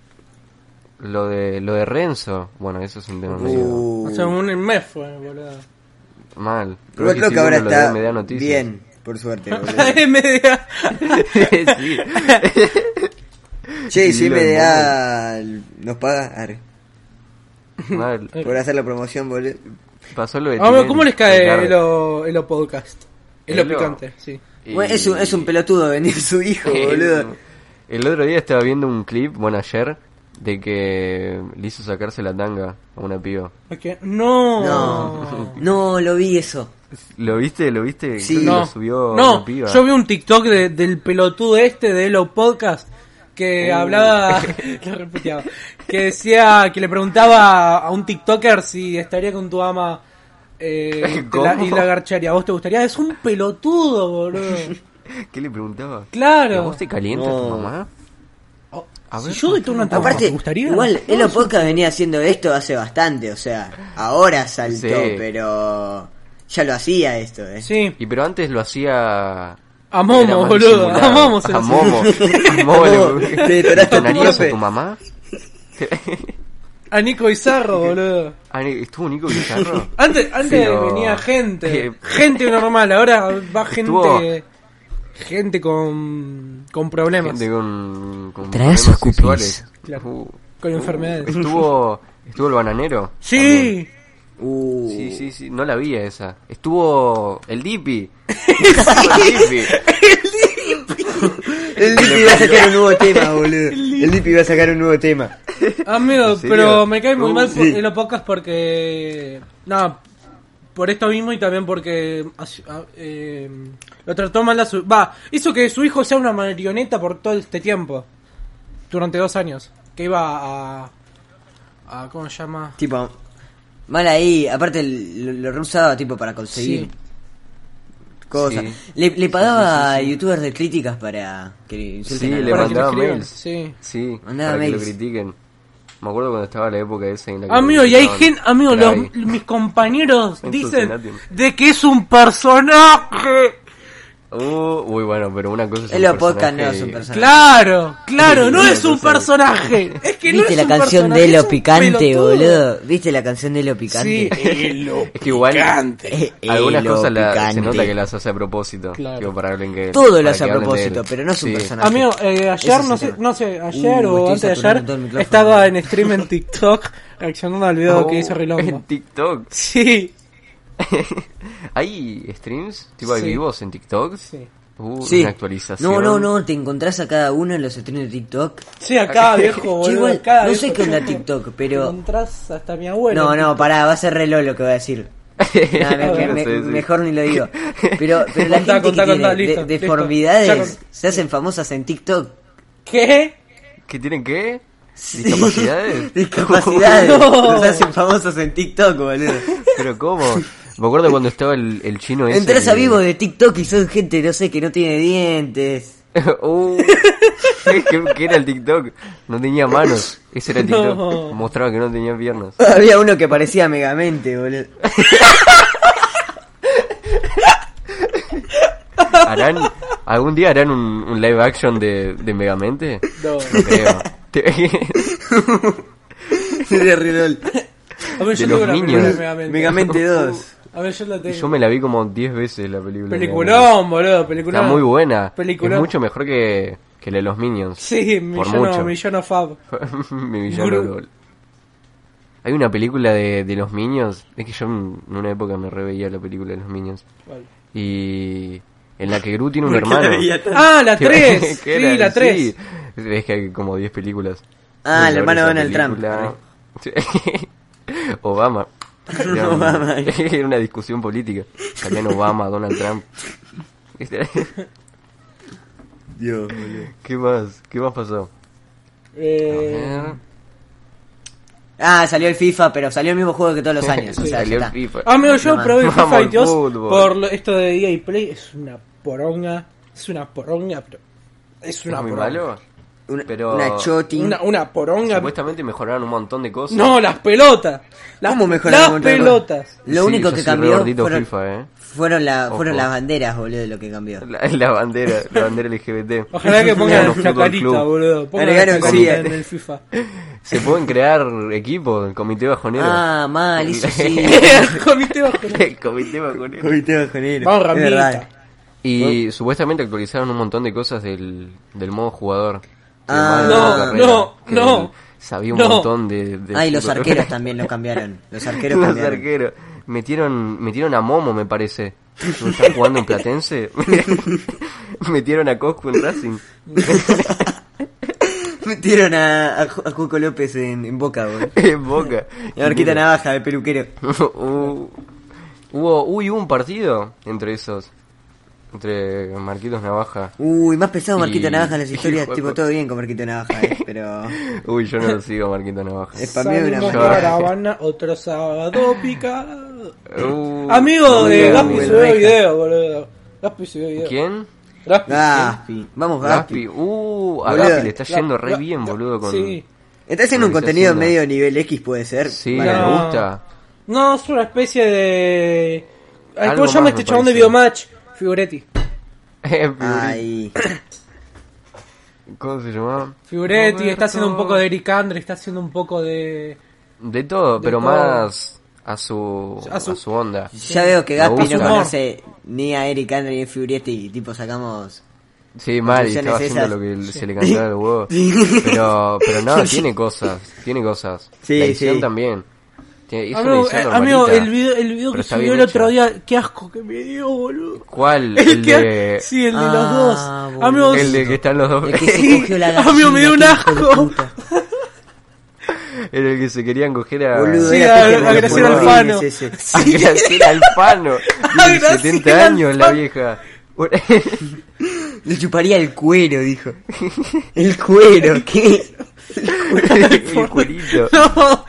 S2: Lo de, lo de Renzo. Bueno, eso es un tema medio
S3: Uh.
S1: O sea, un mes fue, boludo.
S2: mal.
S3: Igual creo que ahora
S2: lo de
S3: está
S2: MDA Noticias.
S3: bien, por suerte,
S1: [LAUGHS]
S3: boludo.
S1: MDA.
S2: [LAUGHS]
S3: [LAUGHS]
S2: sí.
S3: Che, y si
S2: Hilo de
S3: MDA nos paga, arre,
S2: Mal.
S3: por hacer la promoción, boludo.
S2: Pasó lo de
S1: Vamos,
S2: Tinelli,
S1: ¿Cómo les cae
S2: Ricardo.
S1: el o, el o podcast? El o
S2: Elo.
S1: picante, sí.
S2: Y-
S3: Bueno, es, un, es un pelotudo venir
S2: [LAUGHS]
S3: su hijo,
S1: [LAUGHS]
S3: boludo.
S2: El otro día estaba viendo un clip, bueno, ayer, de que le hizo sacarse la tanga a una piba.
S1: Ok, No.
S3: No, no, lo vi eso.
S2: ¿Lo viste? ¿Lo viste?
S3: Sí.
S2: Creo que
S1: No,
S2: lo subió
S1: no
S2: una piba.
S1: yo vi un TikTok de- del pelotudo este de Hello Podcast que hablaba, Uh. [LAUGHS] lo reputeaba, que decía, que le preguntaba a un TikToker si estaría con tu ama [LAUGHS] eh, te la-
S2: ¿Cómo?
S1: y la garcharía. ¿A vos te gustaría? Es un pelotudo, boludo. [LAUGHS]
S2: ¿Qué le preguntaba? ¿Y a
S1: Claro.
S2: vos te calienta
S3: No.
S2: tu mamá?
S1: Oh,
S2: A
S1: si
S2: ver,
S1: yo de una tanga,
S3: Aparte,
S1: ¿te gustaría?
S3: igual, Elo Podcast venía haciendo esto hace bastante, o sea, ahora saltó,
S2: Sí.
S3: pero ya lo hacía esto, eh.
S1: Sí,
S2: Y pero antes lo hacía...
S1: a Momo, boludo. A Momo se
S2: A
S1: lo- [LAUGHS]
S2: Momo. A Momo.
S3: Te
S2: le-
S3: detonaste,
S2: ¿Te donarías a
S3: profe.
S2: tu mamá?
S1: a Nico Bizarro, boludo.
S2: Ah, ni- ¿Estuvo
S1: [LAUGHS]
S2: Nico Guijarro?
S1: Antes, antes
S2: Sí, o-
S1: venía gente,
S2: Eh,
S1: gente normal, ahora va
S2: Estuvo-
S1: gente gente con, con problemas,
S2: Gente con, con
S3: Trae sus
S2: problemas
S3: cupis.
S2: sexuales.
S1: Claro.
S2: Uh,
S1: con enfermedades.
S2: estuvo, estuvo el bananero.
S1: Sí,
S3: Uh,
S2: Sí, sí, sí, no la vi a esa. Estuvo el
S3: [LAUGHS]
S2: Dipi. Estuvo el Dipi.
S3: El Lipi va a sacar un
S2: [LAUGHS]
S3: nuevo tema, boludo. El Lipi va a sacar un nuevo tema.
S1: Ah, amigo,
S2: ¿En serio?
S1: pero me cae muy
S2: Uh,
S1: mal por-
S3: sí.
S1: en los podcasts porque nada, por esto mismo y también porque as- a- eh, lo trató mal a su va, hizo que su hijo sea una marioneta por todo este tiempo, durante dos años, que iba a, a ¿cómo se llama?
S3: Tipo, mal ahí. Aparte, lo, lo re usaba, tipo, para conseguir
S1: Sí.
S3: cosas.
S2: Sí.
S3: Le, le pagaba a youtubers de críticas para que insulten
S2: Sí,
S3: a la-
S2: le
S1: Para que
S2: mandaba
S1: le escriban,
S2: mails.
S1: sí.
S2: Sí,
S3: Mandaba
S2: para que lo
S3: mails.
S2: critiquen. Me acuerdo cuando estaba la época esa en la que
S1: Amigo, y hay
S2: criticaban.
S1: gente, amigo,
S2: Era
S1: los-
S2: ahí.
S1: mis
S2: [LAUGHS]
S1: compañeros
S2: En
S1: dicen
S2: Cincinnati.
S1: de que es un personaje.
S2: Uh, uy, bueno, pero una cosa es
S3: En
S2: un
S3: los podcasts no
S2: personaje
S3: es un
S2: y-
S3: personaje.
S1: Claro, claro,
S2: Sí,
S1: no
S2: sí,
S1: es un
S2: sí, sí. [LAUGHS]
S1: personaje. Es que no
S3: ¿Viste
S1: es
S3: la
S1: un
S3: canción
S1: personaje,
S3: de
S1: es
S3: lo
S1: un
S3: picante,
S1: pelotudo.
S3: boludo? ¿Viste la canción de lo
S1: Sí, [LAUGHS]
S3: picante?
S2: Es que igual
S3: Eh, eh,
S2: [LAUGHS] algunas
S3: lo
S2: cosas la- se
S3: picante.
S2: nota que las hace a propósito.
S1: Claro.
S2: Digo, para hablen que,
S3: Todo
S2: para
S3: lo
S2: que
S3: hace a
S2: hablen de él.
S3: propósito, pero no es un
S2: Sí.
S3: personaje.
S1: Amigo, eh, ayer,
S3: Ese
S1: no
S3: es el
S1: sé,
S3: tema.
S1: no sé, ayer
S3: Uh,
S1: o
S3: estoy
S1: antes de
S3: saturando todo el
S1: ayer
S3: micrófono.
S1: estaba en stream en TikTok reaccionando al video que
S2: Oh,
S1: hizo
S2: En
S1: Relombo.
S2: TikTok. [LAUGHS]
S1: Sí,
S2: ¿Hay streams? ¿Tipo hay
S1: Sí.
S2: vivos en TikTok?
S1: sí.
S2: Uh,
S3: Sí.
S2: Una actualización.
S3: No, no, no, te encontrás a cada uno en los streams de TikTok.
S1: Sí, acá viejo, boludo.
S3: Yo igual,
S1: acá,
S3: no
S1: viejo,
S3: sé qué onda
S1: viejo.
S3: TikTok, pero...
S1: Te encontrás hasta mi abuelo.
S3: No, no, pará, va a ser re lolo que voy a
S2: [LAUGHS]
S3: decir. No, no, que
S2: No
S3: me-
S2: sé, sí.
S3: Mejor ni lo digo.
S2: [LAUGHS]
S3: Pero, pero
S1: Contá,
S3: la gente
S1: contá,
S3: que
S1: contá, listo,
S3: tiene de-
S1: listo. Ya
S3: deformidades
S1: con-
S3: se hacen famosas en TikTok.
S1: ¿Qué?
S2: ¿Qué tienen qué? ¿Discapacidades?
S3: [LAUGHS] Discapacidades.
S1: [LAUGHS] No.
S3: Los hacen famosos en TikTok, boludo.
S2: [LAUGHS] ¿Pero cómo? Me acuerdo cuando estaba el, el chino ese.
S3: Entrás
S2: que-
S3: a vivo de TikTok y son gente, no sé, que no tiene dientes.
S2: [LAUGHS]
S3: [LAUGHS]
S2: Uh, [LAUGHS] ¿qué, qué era el TikTok? No tenía manos. Ese era el TikTok.
S1: No.
S2: Mostraba que no tenía piernas.
S3: Había uno que parecía Megamente, boludo. [LAUGHS]
S2: ¿Harán, ¿Algún día harán un, un live action de, de Megamente?
S1: No.
S2: No
S1: [LAUGHS]
S2: creo. [LAUGHS] Te-
S3: Sería Ridol.
S1: A ver, yo
S2: De
S1: tengo
S2: los
S1: la
S2: niños.
S1: película Megamente.
S3: Megamente 2.
S1: A ver, yo la tengo.
S2: Yo me la vi como 10 veces la película. de Megamente.
S1: Peliculón, boludo, peliculón.
S2: Está muy buena.
S1: Peliculón.
S2: Es mucho mejor que, que la de los Minions.
S1: Sí,
S2: Por
S1: millón
S2: mucho.
S1: millón fab.
S2: [LAUGHS] Mi villano
S1: Gru.
S2: LOL. Hay una película de, de los Minions. Es que yo en en una época me reveía la película de los Minions. Y. En la que
S1: [LAUGHS]
S2: Gru tiene un hermano.
S1: Ah, la
S2: [LAUGHS] Que-
S1: 3.
S2: que
S1: sí,
S2: era-
S1: la 3.
S2: sí. Es que hay como 10 películas.
S3: Ah, el
S2: Sobre
S3: hermano
S2: esa
S3: Donald
S2: película. Sí. [LAUGHS]
S3: [LAUGHS]
S2: Obama. Era un-
S3: Obama.
S2: [LAUGHS] Era una discusión política. Salían Obama, Donald Trump. Este-
S3: Dios, boludo.
S2: [LAUGHS] ¿Qué más? ¿Qué más pasó? A
S1: Eh,
S2: ver.
S3: Ah, salió el FIFA, pero salió el mismo juego que todos los años. o sea,
S2: Salió
S3: ya
S2: el
S3: está.
S2: FIFA.
S1: amigo, Ah, yo
S3: No,
S1: probé el
S2: vamos
S1: FIFA
S2: al
S1: 22
S2: fútbol.
S1: por lo- esto de EA Play. Es una poronga. Es una poronga, pero. Es
S2: ¿No
S1: una
S2: es muy
S1: poronga.
S2: malo?
S3: Una,
S2: Pero-
S3: una choting.
S1: Una, una poronga.
S2: Supuestamente mejoraron un montón de cosas.
S1: No, las pelotas. Las,
S3: ¿Cómo mejoraron un
S1: Las
S3: montón de
S1: pelotas.
S3: Lo
S2: Sí,
S3: único
S2: yo
S3: que
S2: soy re
S3: cambió
S2: gordito
S3: fueron,
S2: FIFA, eh.
S3: fueron, la- fueron
S2: Ojo.
S3: las banderas, boludo, lo que cambió.
S2: La, la bandera, la bandera LGBT.
S1: Ojalá
S2: [LAUGHS]
S1: que pongan
S2: Los
S1: una
S2: fútbol
S1: carita,
S2: club.
S1: boludo. Pongan
S3: Agregaron
S1: una carita
S3: sí,
S1: en
S3: eh.
S1: el FIFA. [LAUGHS]
S2: Se pueden crear equipos, el comité bajonero.
S3: Ah, mal, eso sí. [LAUGHS]
S1: Comité este [LAUGHS] bajo.
S2: [LAUGHS] El comité bajonero.
S1: Vamos,
S3: Es verdad.
S1: Ramita.
S2: Y supuestamente actualizaron un montón de cosas del, del modo jugador.
S3: Ah.
S2: Del modo
S3: No,
S2: carrera,
S1: no,
S2: que
S1: no,
S2: el- Sabía un
S1: no.
S2: montón de... de
S3: Ah,
S2: [LAUGHS]
S3: y los
S2: fútbol.
S3: arqueros también lo cambiaron. Los
S2: [LAUGHS]
S3: arqueros
S2: Los
S3: cambiaron.
S2: arqueros. Metieron, metieron a Momo, me parece. ¿No está jugando en Platense? [LAUGHS] metieron a Coscu en Racing. [LAUGHS]
S3: Metieron a, a, Ju- a Cuco López en, en boca, boludo.
S2: en Boca.
S3: La barquita navaja de peluquero.
S2: [LAUGHS] Uh, hubo, uy, hubo un partido entre esos. Entre Marquitos Navaja.
S3: Uy, más pesado Marquito
S2: Y-
S3: Navaja en las historias.
S2: y-
S3: tipo, todo bien con Marquito Navaja,
S2: [LAUGHS]
S3: eh, pero.
S2: Uy, yo no lo sigo a Marquitos Navaja.
S3: Es pa' mí una
S1: Salimos
S2: mierda.
S1: caravana, otro sábado picado.
S2: Uh,
S1: Amigo
S2: muy
S1: de ¿eh?
S2: bien,
S1: Gaspi
S2: muy
S1: subió
S2: bien.
S1: video, boludo. Gaspi subió video.
S2: ¿Quién?
S1: Gaspi.
S3: Gaspi. Vamos, Gaspi.
S2: Gaspi. Uh, a
S3: Boludo.
S2: Gaspi le está yendo re
S1: Ga-
S2: bien,
S1: Ga-
S2: boludo. Con... [LAUGHS]
S1: Sí.
S3: Está haciendo un
S2: Lo que está
S3: contenido
S2: haciendo.
S3: medio nivel X, puede ser.
S2: Sí,
S3: Para-
S1: No.
S2: me gusta.
S1: No, es una especie de. Ay,
S2: Algo
S1: ¿Cómo se llama
S2: más,
S1: este
S2: me
S1: chabón de
S2: parece.
S1: Biomatch? Figuretti.
S2: Eh,
S3: Ay. [CLEARS THROAT]
S2: ¿Cómo se llama?
S1: Figuretti está
S2: Roberto.
S1: haciendo un poco de Eric Andre, está haciendo un poco de.
S2: De todo,
S1: De
S2: pero
S1: todo.
S2: más a su,
S1: A
S2: a
S1: su-
S2: su, onda.
S3: Ya veo que
S2: Me
S3: Gaspi
S2: gusta.
S3: no conoce ni a Eric Andre ni a Furietti y tipo sacamos...
S2: Sí, mal, y
S3: Conclusiones
S2: estaba haciendo
S3: esas.
S2: lo que se le cantaba el huevo. Pero, pero no, tiene cosas, tiene cosas.
S3: Sí,
S2: la edición
S3: sí.
S2: también. Tiene- hizo una
S1: Amigo,
S2: edición
S1: eh, amigo,
S2: normalita.
S1: el video, el video
S2: pero
S1: que
S2: está
S1: subió
S2: bien
S1: el otro
S2: hecha.
S1: día, qué asco que me dio, boludo. [LAUGHS]
S2: ¿Cuál?
S1: El,
S2: El
S1: que-
S2: de...
S1: Sí, el de los
S3: Ah,
S1: dos.
S3: boludo.
S1: Amigos, [LAUGHS]
S2: El de que están los dos.
S3: [LAUGHS] El que se
S1: Sí,
S3: cogió la
S1: a mí me dio un
S3: gallina, qué hijo de
S1: asco.
S3: puta.
S2: Era [LAUGHS] el que se querían coger a...
S3: Boludo,
S1: Sí,
S3: era
S1: a-
S3: Peter
S1: a
S3: Pan,
S1: Graciela
S3: boludo.
S1: Alfano.
S3: Sí, sí, sí.
S1: [LAUGHS]
S2: A Graciela
S3: [LAUGHS]
S2: Alfano. Tiene
S1: Graciela
S2: 70 años la
S1: Alfano.
S2: vieja.
S3: Le chuparía el cuero, dijo. El cuero,
S1: [LAUGHS]
S3: ¿qué?
S2: el culito.
S1: No,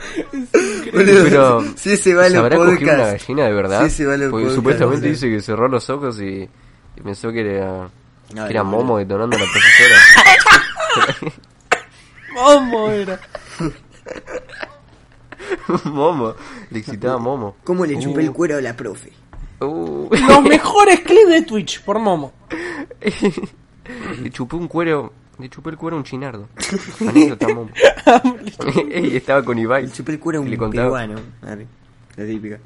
S3: Boludo,
S2: Pero,
S3: [LAUGHS] si se va a
S2: ¿se
S3: los
S2: habrá cogido una
S3: podcasts.
S2: gallina de verdad?
S3: Sí, se va a los
S2: Porque
S3: podcasts,
S2: supuestamente
S3: boludo.
S2: dice que cerró los ojos y, y pensó que era,
S3: No,
S2: que era
S3: no,
S2: Momo
S3: boludo.
S2: detonando a la profesora.
S1: Momo era.
S2: [LAUGHS] Momo, le excitaba Momo.
S3: ¿Cómo le chupé el
S2: Uh,
S3: cuero a la profe?
S2: uh.
S1: Los mejores clips de Twitch por Momo.
S2: le chupé un cuero, le chupé el cuero a un
S3: [LAUGHS]
S2: chinardo. Anécdota, Momo. [LAUGHS] Ey, estaba con Ibai.
S3: Le chupé el cuero a
S2: Le
S3: un
S2: contaba-
S3: peruano. Arre,
S1: [LAUGHS]
S3: La típica.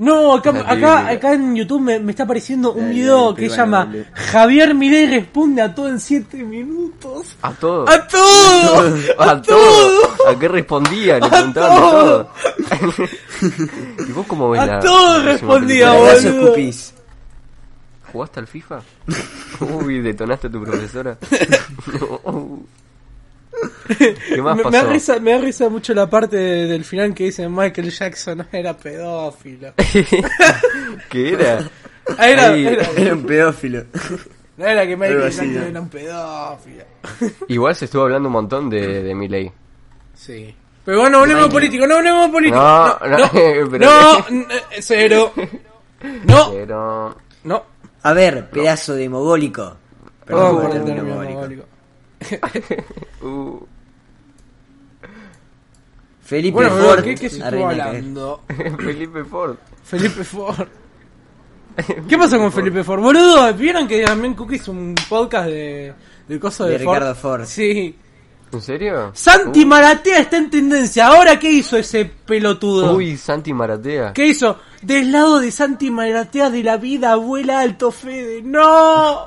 S1: No, acá,
S2: La
S1: acá,
S2: típica.
S1: acá en YouTube me, me está apareciendo un
S3: Dale,
S1: video
S3: dale,
S1: que
S3: peruano,
S1: llama
S3: boludo.
S1: Javier Milei responde a todo en 7 minutos.
S2: A todo.
S1: ¡A todo!
S2: [LAUGHS] A todo. ¿A qué respondía? Le preguntaban de
S1: todo.
S2: todo. [LAUGHS] ¿Y vos cómo ves
S1: A
S2: la-
S1: todo
S2: la próxima
S1: respondía,
S2: película?
S1: boludo.
S3: Gracias, Cupis.
S2: ¿Jugaste al FIFA? [LAUGHS] Uy, detonaste a tu profesora. [LAUGHS] No. ¿Qué más
S1: Me, me da
S2: pasó?
S1: risa, me da risa mucho la parte de- del final que dice Michael Jackson era
S2: [LAUGHS]
S1: pedófilo.
S2: ¿Qué era?
S1: Ah, Era,
S2: Ahí.
S1: era,
S3: [LAUGHS] Era un pedófilo.
S1: no era que Michael
S3: Algo así,
S1: Jackson
S3: ¿no?
S1: era un pedófilo.
S2: Igual se estuvo hablando un montón de, de Miley.
S1: Sí. Pero bueno, volvemos a político, no volvemos a político.
S2: No,
S1: no,
S2: no,
S1: no,
S2: [LAUGHS] pero-
S1: no, n- eh, cero. No,
S2: Pero...
S1: no.
S3: A ver, pedazo de mogólico.
S1: Perdón
S3: por
S1: por
S3: el
S1: el
S3: término
S1: término
S3: mogólico.
S1: mogólico.
S2: uh, [LAUGHS]
S3: Felipe
S1: Bueno, bro,
S3: Ford.
S1: ¿qué, qué se estuvo
S3: Arruina que-
S1: hablando?
S2: Felipe Ford.
S1: Felipe Ford. [LAUGHS] ¿Qué pasó con Felipe Ford? Boludo, ¿vieron que también Cook hizo un podcast de, de cosas de,
S3: De Ricardo Ford.
S1: Sí.
S2: ¿En serio?
S1: Santi Maratea está en tendencia. ¿Ahora qué hizo ese pelotudo?
S2: Uy, Santi Maratea.
S1: ¿Qué hizo? Del lado de Santi Maratea de la vida, abuela alto Fede. ¡No!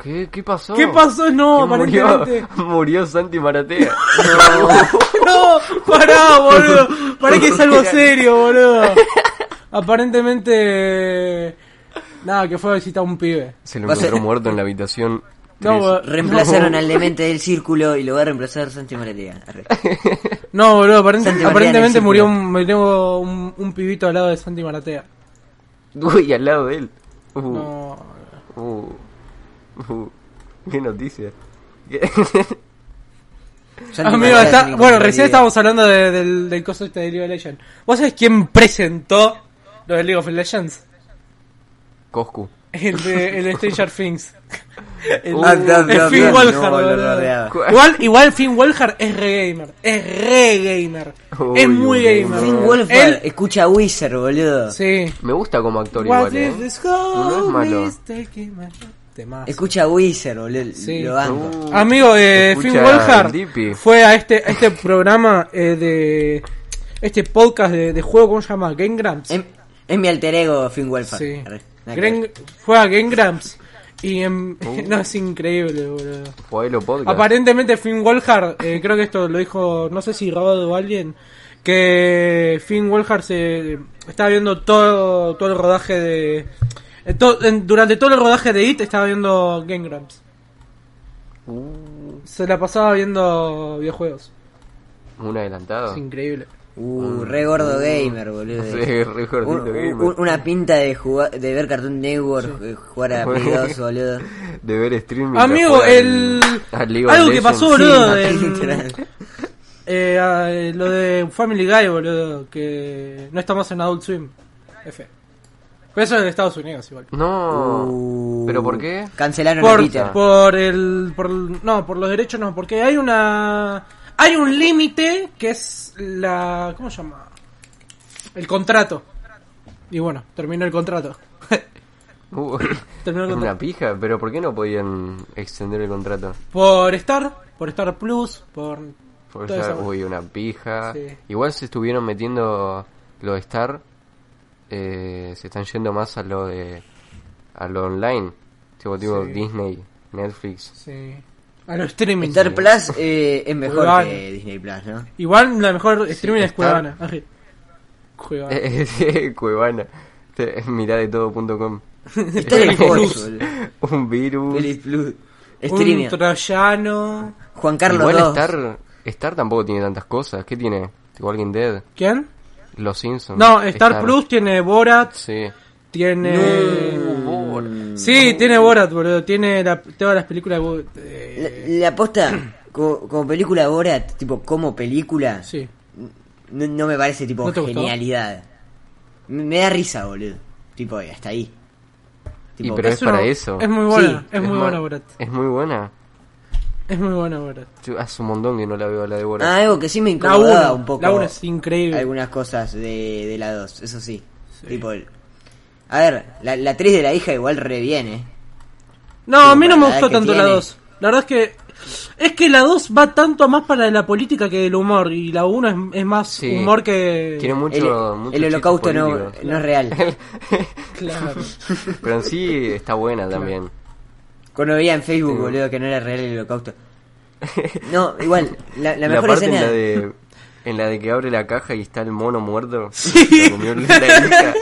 S2: ¿Qué, qué pasó?
S1: ¿Qué pasó? No,
S2: ¿Qué murió?
S1: aparentemente.
S2: [LAUGHS] Murió Santi Maratea.
S1: [LAUGHS] No, pará, boludo. Pará que es algo serio, boludo. Aparentemente. Nada, que fue a visitar a un pibe.
S2: Se lo
S3: Va a ser-
S1: [LAUGHS]
S2: encontró muerto en la habitación.
S1: No,
S2: tres.
S1: bo-
S3: Reemplazaron al demente del círculo y lo va a reemplazar Santi Maratea.
S1: [LAUGHS]
S3: Arre.
S1: no, boludo. aparente-
S3: Santi Maratea
S1: aparentemente
S3: no
S1: murió
S3: existe.
S1: un, murió un, un pibito al lado de Santi Maratea.
S2: Uy, al lado de él. Uh,
S1: No.
S2: uh, uh. Qué noticia. Qué- [LAUGHS]
S3: Santi
S1: Amigo,
S3: Maratea
S1: está-
S3: tiene
S1: bueno,
S3: que
S1: recién
S3: tener idea.
S1: estábamos hablando de- del, del coso este de League of Legends. ¿Vos sabés quién presentó lo de League of Legends?
S2: Coscu.
S1: El de el de Stranger
S2: [LAUGHS]
S1: Things. El,
S3: Ah, claro,
S1: el
S3: claro,
S1: Finn
S3: claro.
S1: Wolfhard,
S3: No, lo
S1: boludo.
S3: rodeaba.
S1: Igual, igual Finn Wolfhard es re gamer. Es re gamer.
S2: Uy,
S1: es muy
S2: uy,
S1: gamer.
S3: Finn
S1: Él-
S3: Wolfhard escucha a Wizard, boludo.
S1: sí.
S2: Me gusta como actor
S1: What
S2: igual,
S1: if
S2: eh.
S1: this este home
S2: malo.
S1: is taking my- Temazo.
S3: Escucha a Wizard, boludo.
S1: Sí.
S3: Lo banco.
S2: Uh,
S1: Amigo, eh,
S2: escucha
S1: Finn Wolfhard
S2: el Dipi.
S1: fue a este, a este programa eh, de. Este podcast de, de juego, ¿cómo se llama? Game Grumps.
S3: Es, es mi alter ego, Finn Wolfhard.
S1: Sí.
S3: Arre, nada que
S1: Gran-
S3: ver.
S1: fue a Game Grumps. Y em,
S2: Oh.
S1: [LAUGHS] no, es increíble, boludo.
S2: Juegalo podcast.
S1: Aparentemente Finn Wolfhard, eh, creo que esto lo dijo, no sé si Robado o alguien, que Finn Wolfhard se estaba viendo todo, todo el rodaje de... eh, to- en- durante todo el rodaje de IT estaba viendo Game Grumps. Se la pasaba viendo videojuegos.
S2: Un adelantado.
S1: Es increíble.
S3: Uh, re gordo gamer, boludo.
S2: Sí, [LAUGHS] re gordito
S3: Un- un-
S2: gamer.
S3: un- una pinta de, jugar, de ver Cartoon Network, eh,
S2: [LAUGHS]
S3: jugar a Play 2, boludo.
S2: De ver streaming.
S1: Amigo, el... Algo que pasó, boludo.
S3: Sí,
S1: en-
S3: literal.
S1: eh, ah, eh, lo de Family Guy, boludo, que no estamos en Adult Swim. F. Pero eso es de Estados Unidos igual.
S2: No.
S3: Uh,
S2: ¿Pero por qué?
S3: Cancelaron a Peter.
S1: por, por el por el- no por los derechos no porque hay una hay un límite que es la cómo se llama el contrato y bueno terminó el contrato [LAUGHS] Terminó
S2: Uh,
S1: el
S2: [LAUGHS] es
S1: contrato.
S2: una pija, pero ¿por qué no podían extender el contrato?
S1: por Star por Star Plus por
S2: Forza,
S1: Toda esa-
S2: uy, una pija.
S1: Sí.
S2: Igual se estuvieron metiendo lo de Star. eh, se están yendo más a lo de. a lo online. Tipo, tipo
S1: Sí.
S2: Disney, Netflix.
S1: Sí. A los streaming.
S3: Star Plus eh, es mejor
S1: Cuevana.
S3: que Disney Plus,
S1: [LAUGHS]
S3: ¿no?
S1: Igual la mejor streaming es
S2: Star- Eh,
S1: Cuevana. Arre.
S2: [LAUGHS]
S1: Cuevana.
S2: Cuevana. Mirá de todo.com.
S3: Star es mejor, boludo.
S2: Un virus.
S3: Pelis Plus.
S1: Un
S3: Streaming.
S1: troyano.
S3: Juan Carlos
S2: Igual
S3: II.
S2: Star, Star tampoco tiene tantas cosas. ¿Qué tiene? Tipo Walking Dead,
S1: ¿Quién?
S2: Los Simpsons.
S1: No, Star Plus tiene Borat,
S2: Sí.
S1: tiene... Sí, tiene Borat, boludo. Tiene la- todas las películas de Bo-
S3: La,
S1: eh,
S3: la aposta, co- como, película ahora, tipo como película,
S1: Sí.
S3: no, no me parece tipo
S1: ¿No te gustó?
S3: genialidad. Me, me da risa, boludo. Tipo, hasta ahí. Tipo,
S2: pero es para eso.
S1: Es muy buena,
S3: Sí,
S1: es, muy
S2: ma-
S1: buena Borat.
S2: Es muy buena.
S1: Es muy buena Borat.
S2: Yo hace un montón que no la veo a la de Borat.
S3: Ah, algo que sí me
S1: La
S3: incomodaba
S1: 1,
S3: un poco.
S1: la 1 es increíble.
S3: algunas cosas de, de la 2, eso sí. Tipo, el- a ver, la, la 3 de la hija igual eh. reviene.
S1: No, a mí no me
S3: para la
S1: gustó
S3: que
S1: tanto la
S3: tiene. 2.
S1: 2. La verdad es que. Es que la 2 va tanto a más para la política que del humor. Y la 1 es, es más
S2: Sí.
S1: humor que.
S2: Tiene mucho,
S3: El,
S2: mucho
S3: el
S2: chiste
S3: holocausto no,
S2: político.
S3: no es real.
S1: Claro.
S2: [LAUGHS] Pero en sí está buena también.
S3: Cuando veía en Facebook, boludo, que no era real el holocausto. No, igual, la, la mejor
S2: parte
S3: escena...
S2: en [LAUGHS] la de en la de que abre la caja y está el mono muerto. Se comió la
S3: [LAUGHS]
S2: hija.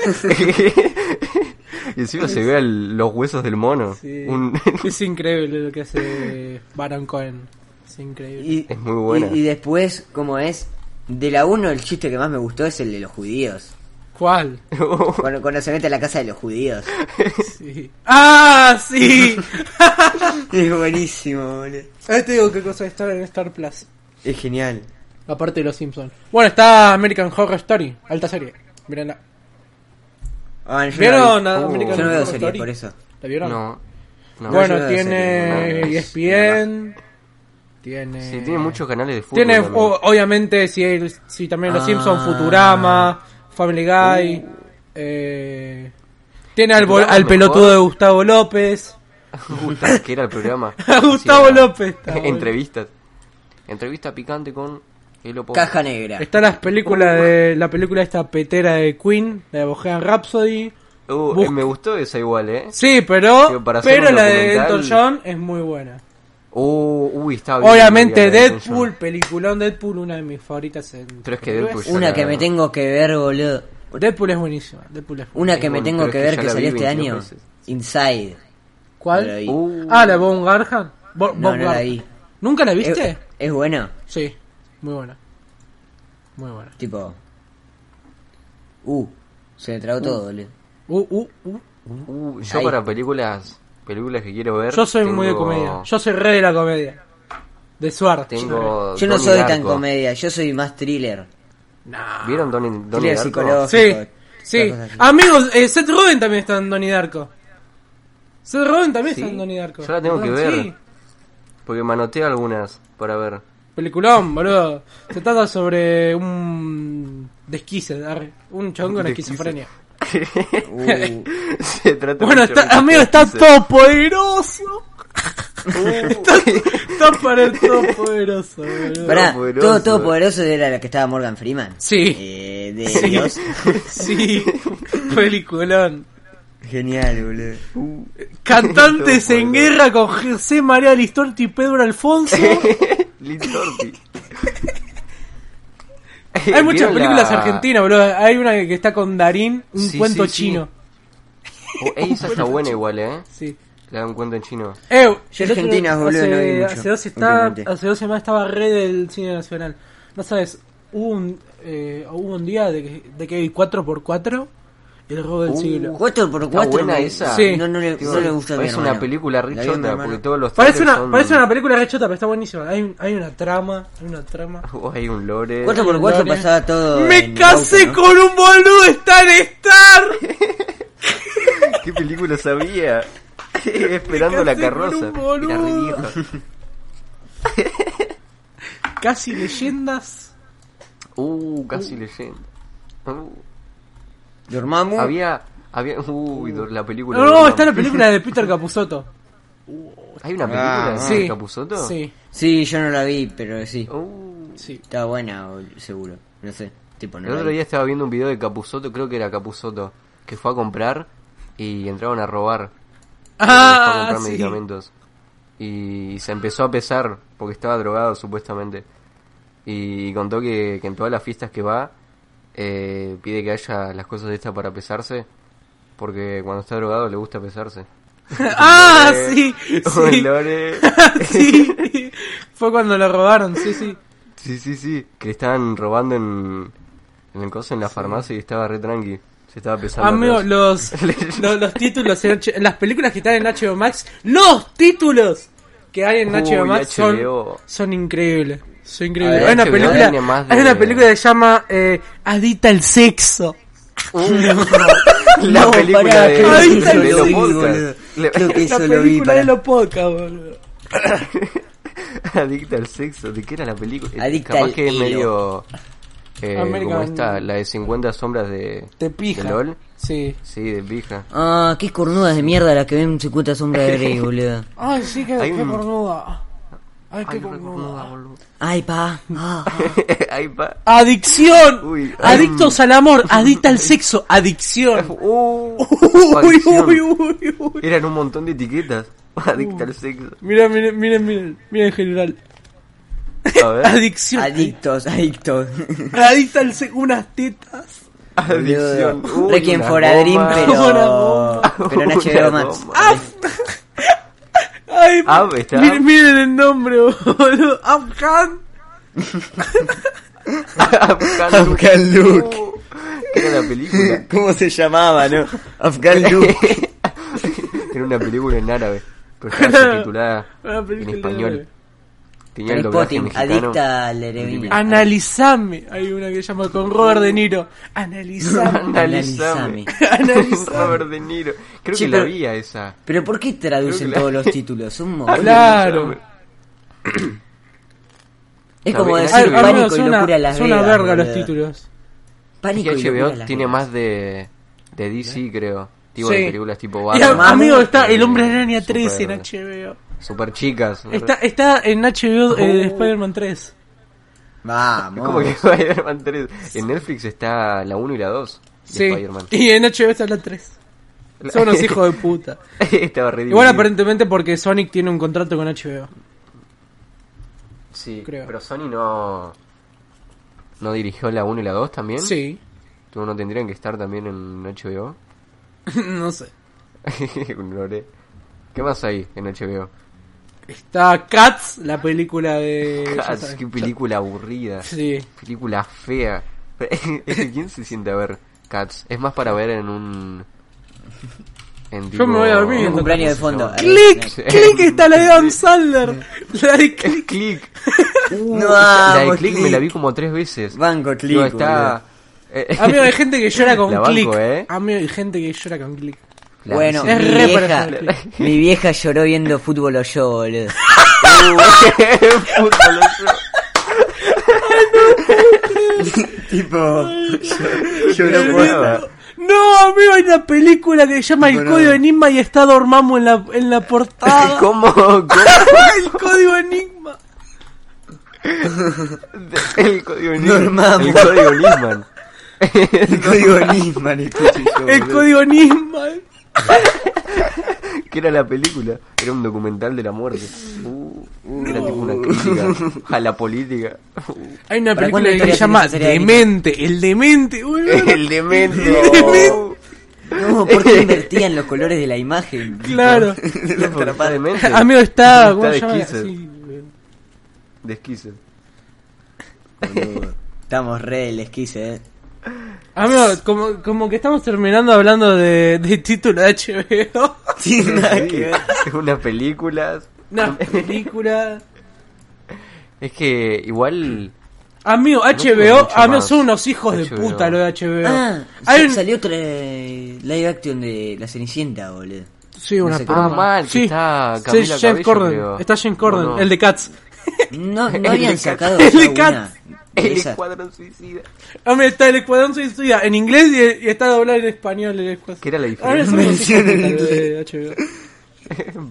S2: y encima se ve el- los huesos del mono.
S1: Sí.
S2: Un-
S3: [LAUGHS]
S1: es increíble lo que hace Baron Cohen. Es increíble.
S3: Y,
S2: Es muy buena.
S3: Y, y después, como es, de la 1 el chiste que más me gustó es el de los
S2: [LAUGHS]
S3: judíos.
S1: ¿Cuál?
S3: Cuando, cuando se mete a la casa de los judíos.
S1: Sí. ¡Ah! ¡Sí!
S3: Es buenísimo, boludo.
S1: [LAUGHS] Ahí te digo qué cosa es estar en Star Plus.
S3: Es genial.
S1: Aparte de los Simpsons. Bueno, está American Horror Story. Alta serie. Mirenla.
S3: Ah, yo no
S1: ¿Vieron
S3: vi-
S1: a
S2: Uh.
S1: American
S3: Yo no veo
S1: Horror
S3: series,
S1: Story?
S3: por eso.
S1: ¿La vieron?
S2: no. no.
S1: bueno,
S3: yo no
S1: tiene
S2: sé, no,
S1: ESPN. Tiene.
S2: Sí, tiene muchos canales de fútbol.
S1: eh, Tiene,
S2: también.
S1: o- obviamente, si, el- si también Los
S3: Ah.
S1: Simpsons, Futurama, Family Guy. eh, tiene al, bol-
S2: Uh. Futurama
S1: al
S2: mejor.
S1: pelotudo de Gustavo López. [LAUGHS]
S2: Gustavo, que era el programa.
S1: A [LAUGHS] Gustavo
S2: Hacía
S1: López, está bueno.
S2: [LAUGHS] Entrevistas. Entrevista picante con el Opo.
S3: Caja negra.
S1: Está las películas de la película esta petera de Queen, la de Bohemian Rhapsody.
S2: Uh,
S1: Bus-
S2: me gustó esa igual, eh.
S1: Sí, pero,
S2: Tío, para hacer
S1: pero
S2: un
S1: la de
S2: documental-
S1: Elton John es muy buena.
S2: Uh, uy, está bien.
S1: Obviamente
S2: la de Elton John.
S1: Deadpool, peliculón Deadpool, una de mis favoritas en
S2: Pero es que Deadpool ya
S3: Una
S2: la-
S3: que me tengo que ver, boludo.
S1: Deadpool es buenísima, Deadpool es
S3: Una que
S2: Es
S3: me
S2: bueno,
S3: tengo
S2: pero
S3: que
S2: es que
S3: ver
S2: ya
S3: que
S2: la
S3: salió
S2: vi
S3: este
S2: 22
S3: año.
S2: veces.
S3: Inside.
S1: ¿Cuál?
S3: Pero ahí-
S2: Uh,
S1: Ah, la de Von Garhan. Bo-
S3: No,
S1: Von
S3: no la Eh,
S1: Garhan.
S3: vi.
S1: ¿Nunca la
S3: Es,
S1: viste?
S3: es bueno,
S1: Sí, muy buena. Muy buena.
S3: tipo. Uh, se me tragó todo, boludo.
S1: Uh, uh, uh.
S2: uh, yo
S3: Ahí.
S2: para películas películas que quiero ver.
S1: Yo soy muy de
S2: tengo-
S1: comedia. Yo soy re de la comedia. De Suar.
S2: tengo
S3: Yo no
S2: Donnie
S3: soy tan
S2: Darko.
S3: comedia, yo soy más thriller.
S1: Nah.
S2: ¿Vieron Donnie, Donnie
S3: Thriller
S2: Darko?
S3: psicológico.
S1: Sí,
S3: todas
S1: sí.
S3: cosas así.
S1: Amigos, eh, Seth Rogen también está en Donnie Darko. Seth Rogen también
S2: Sí.
S1: está en Donnie Darko.
S2: Yo la tengo que
S1: Ah,
S2: ver.
S1: Sí.
S2: Porque manoteo algunas para ver.
S1: Peliculón, boludo. Se trata sobre un desquise, arre. un chabón con
S2: Desquise.
S1: esquizofrenia.
S3: Uh,
S2: [LAUGHS] Se trata
S1: Bueno,
S2: mucho de-
S1: está, amigo, está todo poderoso.
S2: Uh.
S1: está, [LAUGHS] está para el todo poderoso, boludo.
S3: pará,
S2: Todopoderoso.
S3: todo, todo poderoso era la que estaba Morgan Freeman.
S1: Sí.
S3: Eh, de
S1: Sí.
S3: Dios.
S1: Sí, peliculón.
S3: Genial, boludo.
S1: Cantantes
S2: Todo
S1: en
S2: poderoso.
S1: guerra con José María Listorti y Pedro
S2: [LAUGHS]
S1: Alfonso.
S2: Lin Torti.
S1: [LAUGHS] Hay muchas
S2: ¿Vieron
S1: películas
S2: la-
S1: argentinas, boludo. Hay una que está con Darín, un
S2: Sí,
S1: cuento
S2: sí, sí.
S1: chino.
S2: Oh, eh, esa está buena igual, ¿eh?
S1: Sí.
S2: La de un cuento en chino.
S1: Eh, el
S3: Yo
S1: otro-
S3: argentinas, boludo,
S1: hace,
S3: no vi mucho,
S1: hace dos estaba-
S3: últimamente.
S1: hace dos semanas estaba re del cine nacional. No sabes, hubo un, eh, hubo un día de que, de que hay 4x4 y el robo del
S2: Uh,
S1: siglo.
S3: 4 por
S2: Está
S3: 4
S2: buena esa.
S1: Sí.
S3: No, no le,
S2: Tío,
S3: no le gusta a mi
S2: Parece una
S3: hermano.
S2: película
S3: La vi a mi
S2: richonda,
S3: hermano.
S2: porque todos los
S1: Parece
S2: trailers
S1: una,
S2: son-
S1: parece una película rechota, pero está buenísima. Hay, un- hay una trama, hay una trama.
S2: [LAUGHS] Oh, hay un lore.
S3: 4x4 pasaba todo.
S1: ¡Me
S3: en
S1: casé
S3: Bauta, ¿no?
S1: con un boludo Star
S3: [LAUGHS]
S1: Star!
S2: [LAUGHS] ¿Qué película sabía? [LAUGHS] Esperando la
S1: Me casé con
S2: carroza.
S1: un
S2: Era re
S1: boludo.
S2: vieja. [LAUGHS]
S1: Casi leyendas.
S2: Uh, casi leyenda. Uh,
S3: Dormammu.
S2: había, había, uy, la película.
S1: Uh. No,
S2: de
S1: no,
S2: Batman.
S1: está la película de Peter Capusotto.
S2: Hay una película
S3: Ah,
S2: de
S3: ah.
S2: Peter
S1: Sí.
S2: Capusotto.
S1: Sí.
S3: Sí, yo no la vi, pero sí.
S2: Uh,
S1: Sí.
S3: Estaba buena, o- seguro. No sé. Tipo, no
S2: El
S3: la
S2: otro
S3: vi.
S2: día estaba viendo un video de Capuzoto, creo que era Capuzoto, que fue a comprar y entraron a robar. fue
S1: Ah,
S2: a comprar
S1: sí.
S2: medicamentos. Y se empezó a pesar porque estaba drogado supuestamente. Y contó que, que en todas las fiestas que va eh, pide que haya las cosas estas para pesarse. Porque cuando está drogado le gusta pesarse.
S1: [LAUGHS]
S2: Eh,
S1: Ah,
S3: [LAUGHS]
S2: [LAUGHS]
S1: sí.
S2: Uy,
S1: Sí. [LAUGHS] Ah,
S2: Lore.
S1: Sí. Fue cuando lo robaron, sí, sí.
S2: [LAUGHS] Sí, sí, sí. Que le estaban robando en, en el coso, en la farmacia y estaba re tranqui. Se estaba pesando.
S1: Amigo,
S2: atrás. [LAUGHS]
S1: los, los, los títulos, en H- las películas que están en HBO Max, los títulos que hay en
S2: Uy,
S1: HBO Max son,
S2: HBO.
S1: son increíbles. Son increíbles.
S2: A ver,
S1: hay, una
S2: HBO
S1: película,
S2: tiene más
S1: hay
S2: de-
S1: una película que se llama eh, Adita al sexo. [LAUGHS]
S2: La
S3: No,
S2: Uh, película
S3: pará,
S2: de,
S3: creo
S1: Ay,
S3: que
S1: está
S3: eso
S2: de
S3: lo
S2: los
S3: vi,
S2: podcasts.
S3: boludo.
S2: Le-
S3: Creo que
S1: La
S3: eso lo vi.
S1: película de
S3: pará.
S1: lo poca, boludo.
S2: [LAUGHS] Adicta al sexo, ¿de qué era la película? Eh,
S3: Adicta
S2: Capaz
S3: al
S2: que es
S3: hilo.
S2: medio. Eh,
S1: American-
S2: como esta, la de 50 sombras de.
S1: Te pija.
S2: ¿De LOL?
S1: Sí.
S2: Sí, de pija.
S3: Ah, qué cornudas de mierda las que ven 50 sombras
S2: [LAUGHS]
S3: de Grey, boludo.
S1: Ay, sí, que
S2: Hay
S1: qué
S2: un-
S1: cornuda. Ay, qué
S2: Ay, no recuerdo nada,
S1: cornuda.
S2: [LAUGHS] boludo.
S3: Ay, pa. Ah, ah.
S1: [LAUGHS]
S2: Ay, pa.
S1: Adicción.
S2: Uy, hay
S1: Adictos al amor, adicta al sexo,
S2: [LAUGHS]
S1: adicción.
S2: Uh,
S1: Uy,
S2: adicción.
S1: uy, Uh. uy, uy.
S2: Eran un montón de etiquetas. [LAUGHS] Adicta
S1: [LAUGHS]
S2: al sexo.
S1: Miren, miren, miren, miren, miren en general.
S2: A ver.
S1: Adicción.
S2: [LAUGHS]
S3: Adictos, adictos.
S1: Adicta al sexo, unas tetas.
S2: Adicción.
S3: Boludo.
S2: Uy,
S3: Requiem
S2: una
S3: for a
S2: goma. [LAUGHS]
S3: Dream,
S1: Una
S3: pero.
S1: bomba.
S3: Pero en
S2: Una
S3: HBO
S2: [LAUGHS]
S3: Max.
S2: goma.
S1: [LAUGHS] Ay,
S2: Ah, está.
S1: miren, miren el nombre, boludo. Afghan.
S2: Afghan
S3: Afghan Look.
S2: Uh, Era
S1: [LAUGHS]
S2: la película.
S3: ¿Cómo se llamaba, no? Afghan
S2: [LAUGHS]
S3: Look.
S2: Era una película en árabe, pero estaba subtitulada
S1: [LAUGHS] Una
S2: en
S1: película árabe.
S2: español. Tenía el doblaje
S3: Trainspotting,
S2: mexicano.
S3: [LAUGHS] adicta al heroína.
S1: Analizame. Hay una que llama con Robert De Niro.
S2: [LAUGHS]
S1: Analizame. [LAUGHS]
S2: Analizame.
S1: Analizame.
S2: Robert De Niro. Creo
S3: Sí,
S2: que
S3: pero-
S2: la vi a esa.
S3: Pero ¿por qué traducen
S2: Creo que la-
S3: todos los títulos? Son mongolos.
S1: claro.
S3: Es como
S2: Ay,
S3: decir
S1: Ay,
S2: amigo,
S3: pánico y
S1: son una,
S3: locura en las
S1: son una
S3: Vegas.
S1: verga los
S3: boludo.
S1: títulos.
S2: Y
S3: Pánico y locura en
S2: HBO
S3: Las
S2: tiene
S3: Vegas.
S2: más de, de DC, creo. Tipo
S1: Sí.
S2: de películas tipo
S1: Y,
S2: Batman.
S3: Mano,
S1: a- amigo,
S3: mano,
S1: está El Hombre
S2: eh,
S1: Araña 3 en
S2: super-
S1: HBO.
S2: Super chicas.
S1: Está, está en HBO eh,
S2: Oh.
S1: Spider-Man 3.
S2: Es como
S3: Vamos. [LAUGHS]
S2: que [LAUGHS] Spider-Man 3. En Netflix está la 1 y la 2 de
S1: Sí.
S2: Spider-man.
S1: Y en HBO está la 3. Son unos hijos de puta.
S2: [LAUGHS] Estaba re
S1: Igual
S2: dividido.
S1: aparentemente porque Sonic tiene un contrato con HBO.
S2: Sí,
S1: creo.
S2: pero Sony no. ¿No dirigió la 1 y la 2 también?
S1: Sí. [LAUGHS]
S2: ¿Tú no tendrían que estar también en [LAUGHS] HBO?
S1: no sé.
S2: Un lore. ¿Qué más hay en HBO?
S1: Está Cats, la película de... ya
S2: [LAUGHS] Ah,
S1: saben.
S2: qué película aburrida.
S1: Sí.
S2: Película fea. [LAUGHS] este, ¿Quién se siente a ver Cats? Es más para ver en un. en
S1: Yo me voy a dormir.
S3: Un
S2: [LAUGHS]
S3: cumpleaños de fondo.
S1: ¡Click!
S2: Sí.
S1: ¡Click! Está la de Adam
S2: [LAUGHS]
S1: Sandler. La de Click.
S2: Click.
S3: No,
S2: la de
S3: vamos,
S2: Click, me la vi como tres veces.
S3: Banco Click,
S2: Digo, está. eh, [LAUGHS]
S1: Amigo, hay gente que llora con
S2: La banco,
S1: Click.
S2: eh.
S1: Amigo, hay gente que llora con Click.
S2: la
S3: Bueno,
S1: Es
S3: mi
S1: re
S3: vieja,
S1: parecido.
S3: [LAUGHS] mi vieja lloró viendo fútbol o yo, [LAUGHS] boludo.
S2: Fútbol, yo.
S3: [LAUGHS] tipo, [LAUGHS]
S2: lloró posta.
S1: No, amigo, hay una película que se llama El Código Enigma y está Dormammu en la, en la
S2: [LAUGHS]
S1: portada.
S2: ¿Cómo? ¿Cómo?
S1: [LAUGHS] El Código Enigma.
S2: El código
S3: Normal.
S2: Nisman. El código Nisman.
S3: El código Nisman, escuché yo.
S1: El
S3: boludo.
S1: Código Enigma.
S2: que era la película. Era un documental de la muerte. Uh, era tipo una crítica a la política. Uh,
S1: Hay una
S3: ¿Para
S1: película que
S3: cuándo
S1: se
S3: historia
S1: llama
S3: tiene esa serie de
S1: Demente. El Demente,
S2: [LAUGHS]
S1: boludo.
S2: el demente. Oh.
S3: No, ¿por [LAUGHS] qué invertían los colores de la imagen?
S1: Claro.
S3: Lo
S2: Papá
S3: atrapaba.
S1: [LAUGHS]
S2: demente.
S1: Amigo, está... ¿Cómo
S2: Está
S1: se
S2: de
S1: llama?
S2: Kisser.
S1: Sí, boludo.
S2: De esquizo.
S3: Boludo, Estamos re el esquise, [LAUGHS] eh.
S1: Amigo, como, como que estamos terminando hablando de, de título de [LAUGHS] HBO.
S3: Tiene nada que
S2: Sí,
S3: ver.
S2: unas películas.
S1: Una película...
S2: Es que igual.
S1: Amigo,
S2: tiene
S1: HBO,
S2: mucho
S1: amigo,
S2: más.
S1: son unos hijos de
S2: HBO.
S1: puta lo de HBO.
S3: Ah,
S1: Hay un-
S3: salió otra eh, live action de La Cenicienta, boludo.
S1: Sí, una
S3: No sé
S1: porra.
S3: cómo. Ah,
S2: mal, que
S1: sí.
S2: está
S1: Sí,
S2: Camila
S1: James
S2: Cabello,
S1: Corden.
S2: creo.
S1: Está James Corden,
S2: No, no.
S1: el de Cats.
S3: No,
S2: El
S3: no habían
S2: de
S3: sacado
S2: Cat-
S3: ya
S1: el de Cat-
S3: una de
S2: El
S3: esas.
S2: escuadrón suicida.
S1: Hombre, está el Escuadrón Suicida en inglés y, y está doblado en español el Escuadrón.
S2: ¿Qué era la
S1: Ahora
S2: [LAUGHS] diferencia?
S1: son unos hijos de
S3: Versión
S1: puta lo de
S3: en
S1: HBO.
S2: Pero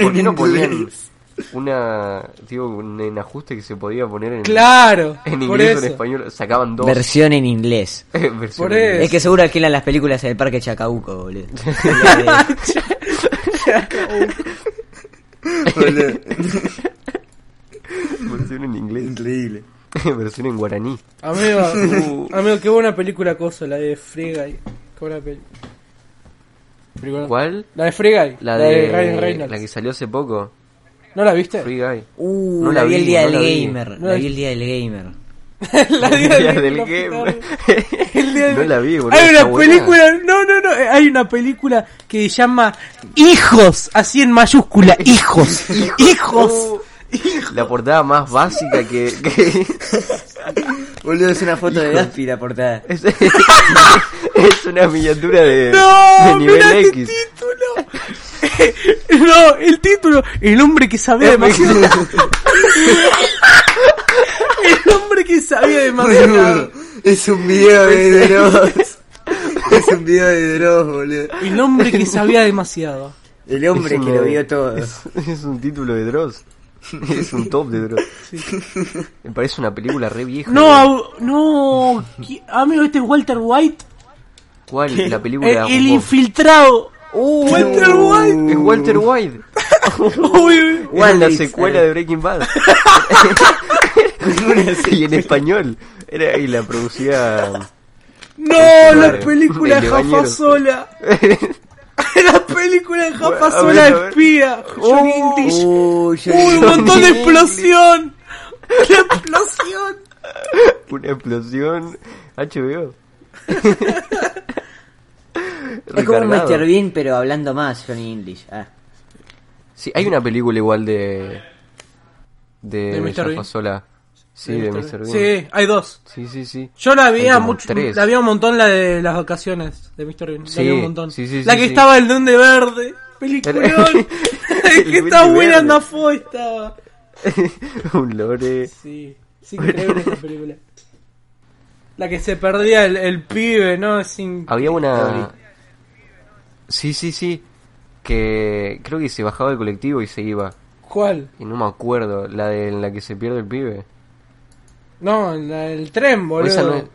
S2: ¿por qué no
S3: en
S2: ponían
S3: inglés.
S2: una, digo, un enajuste que se podía poner en,
S1: Claro,
S2: en
S1: por
S2: inglés o en
S1: eso.
S2: español. Sacaban dos. [LAUGHS] Eh,
S3: Versión en inglés.
S2: Versión
S1: Por
S2: en
S1: eso.
S2: inglés.
S3: Es que seguro alquilan las películas en el Parque Chacabuco, boludo. La de-
S2: Versión en inglés.
S3: Increíble.
S2: [LAUGHS] Versión en guaraní. [LAUGHS] Uh.
S1: Amigo, amigo, qué buena película cosa, la de Frigay. Qué buena peli. Película.
S2: ¿Cuál?
S1: La de Frigay.
S2: La de,
S1: Ryan Reynolds.
S2: la que salió hace poco.
S1: ¿No la viste?
S2: Free Guy.
S3: Uh,
S2: No
S3: la,
S2: la
S3: vi el
S2: vi,
S3: día
S2: no la
S3: del
S2: vi.
S3: gamer.
S1: No
S3: la
S1: la-
S3: vi el día del gamer.
S1: [LAUGHS] la
S2: [LAUGHS] El
S1: día
S2: día
S1: del
S2: del
S1: computador.
S2: game.
S1: El día del-
S2: No la vi, boludo.
S1: Hay
S2: está
S1: una
S2: buena.
S1: película, no, no, no, eh, hay una película que se llama Hijos, así en
S2: [LAUGHS]
S1: mayúscula, Hijos, Hijos.
S2: [LAUGHS] La portada más básica que. que- [LAUGHS]
S3: Boludo, es una foto de Gaspi la portada.
S2: es, [LAUGHS] es una miniatura de,
S1: [LAUGHS]
S2: de
S1: No,
S2: nivel
S1: mira qué
S2: X.
S1: título. [LAUGHS] No, el título, el hombre que sabía demasiado. [LAUGHS]
S2: [LAUGHS]
S1: El hombre que
S2: [LAUGHS]
S1: sabía demasiado.
S3: Es un video de Dross.
S2: [LAUGHS]
S3: Es un video [LAUGHS] de Dross, boludo.
S1: El hombre que sabía
S2: [LAUGHS]
S1: demasiado.
S3: El hombre
S2: Es
S3: que
S2: una-
S3: lo vio todo.
S2: Es, [LAUGHS] es un título de Dross. Es un top de Dross. Me parece una película re vieja.
S1: No,
S2: boludo.
S1: au- no, qui- amigo, este es Walter White, Eh,
S2: ¿Cuál? La película
S1: el,
S2: de
S1: el
S2: Abu Bob.
S1: infiltrado.
S2: Uh.
S1: [LAUGHS] Walter White.
S2: [LAUGHS] Es Walter White.
S1: Uy, uy.
S2: Es la
S3: Wallace,
S2: secuela
S3: era.
S2: de Breaking Bad. [LAUGHS] y en español. Era, y la producía.
S1: No, la
S2: Claro,
S1: película
S2: eh. el
S1: de
S2: de
S1: Jaffa
S2: bañeros. [LAUGHS]
S1: Sola. [LAUGHS] La película de Jaffa
S2: Bueno, a
S1: Sola
S2: ver, a ver.
S1: espía. Johnny
S2: Oh,
S1: English.
S3: Uy, yo-
S1: Uy, un montón de
S2: Johnny [LAUGHS]
S1: explosión. La explosión.
S2: Una explosión. HBO.
S3: Es como un
S2: Recargado.
S3: Mr. Bean, pero hablando más, Johnny English. Ah.
S2: Sí, hay una película igual de. De,
S1: De Mr.
S2: Jaffa
S1: Bean.
S2: Sola. Sí, de Mr. Bean.
S1: Sí, hay dos.
S2: sí, sí. sí.
S1: Yo la vi
S2: Hay
S1: a
S2: como
S1: mucho,
S2: tres.
S1: la vi un montón la de las vacaciones de Mr. Bean. la
S2: Sí,
S1: vi un montón.
S2: sí, sí, sí,
S1: la que
S2: sí.
S1: estaba el Duende Verde. [LAUGHS] Peliculón.
S2: El [LAUGHS]
S1: que estaba
S2: Duende
S1: buena
S2: Verde.
S1: anda fue estaba.
S2: [LAUGHS] un lore.
S1: Sí, es increíble esa película. La que se perdía el, el pibe, ¿no? Es in-
S2: Había una. Sí, sí, sí. Que creo que se bajaba del colectivo y se iba.
S1: ¿Cuál?
S2: Y no me acuerdo. La de en la que se pierde el pibe.
S1: No, la del tren,
S2: O esa no
S1: boludo.
S2: es-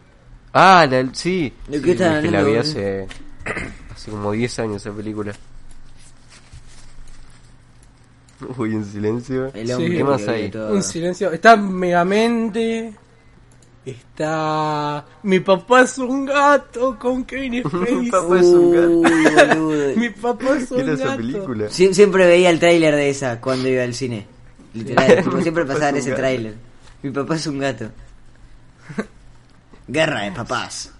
S2: Ah, la del. Sí.
S3: ¿De
S2: Sí,
S3: qué estás
S2: es que la vi
S3: hablando,
S2: hace. [CLEARS THROAT] Hace como 10 años esa película. [LAUGHS] Uy, en silencio.
S3: El
S1: Sí.
S3: hombre
S1: ¿Qué
S3: que
S2: más
S3: lo vio
S2: hay?
S3: todo.
S1: Un silencio. Está Megamente. Está. Mi papá es un gato con
S2: [LAUGHS]
S1: Kevin
S2: Mi
S1: Spacey.
S2: papá es un gato.
S3: Uy, boludo.
S1: Mi papá es un
S2: Era esa
S1: gato.
S2: película. [LAUGHS]
S3: Sie- siempre veía el tráiler de esa cuando iba al cine.
S2: [LAUGHS]
S3: Literal, como siempre pasaban
S2: Mi papá es un
S3: ese
S2: gato.
S3: tráiler. Mi papá es un gato. Guerra
S2: [LAUGHS]
S3: de papás.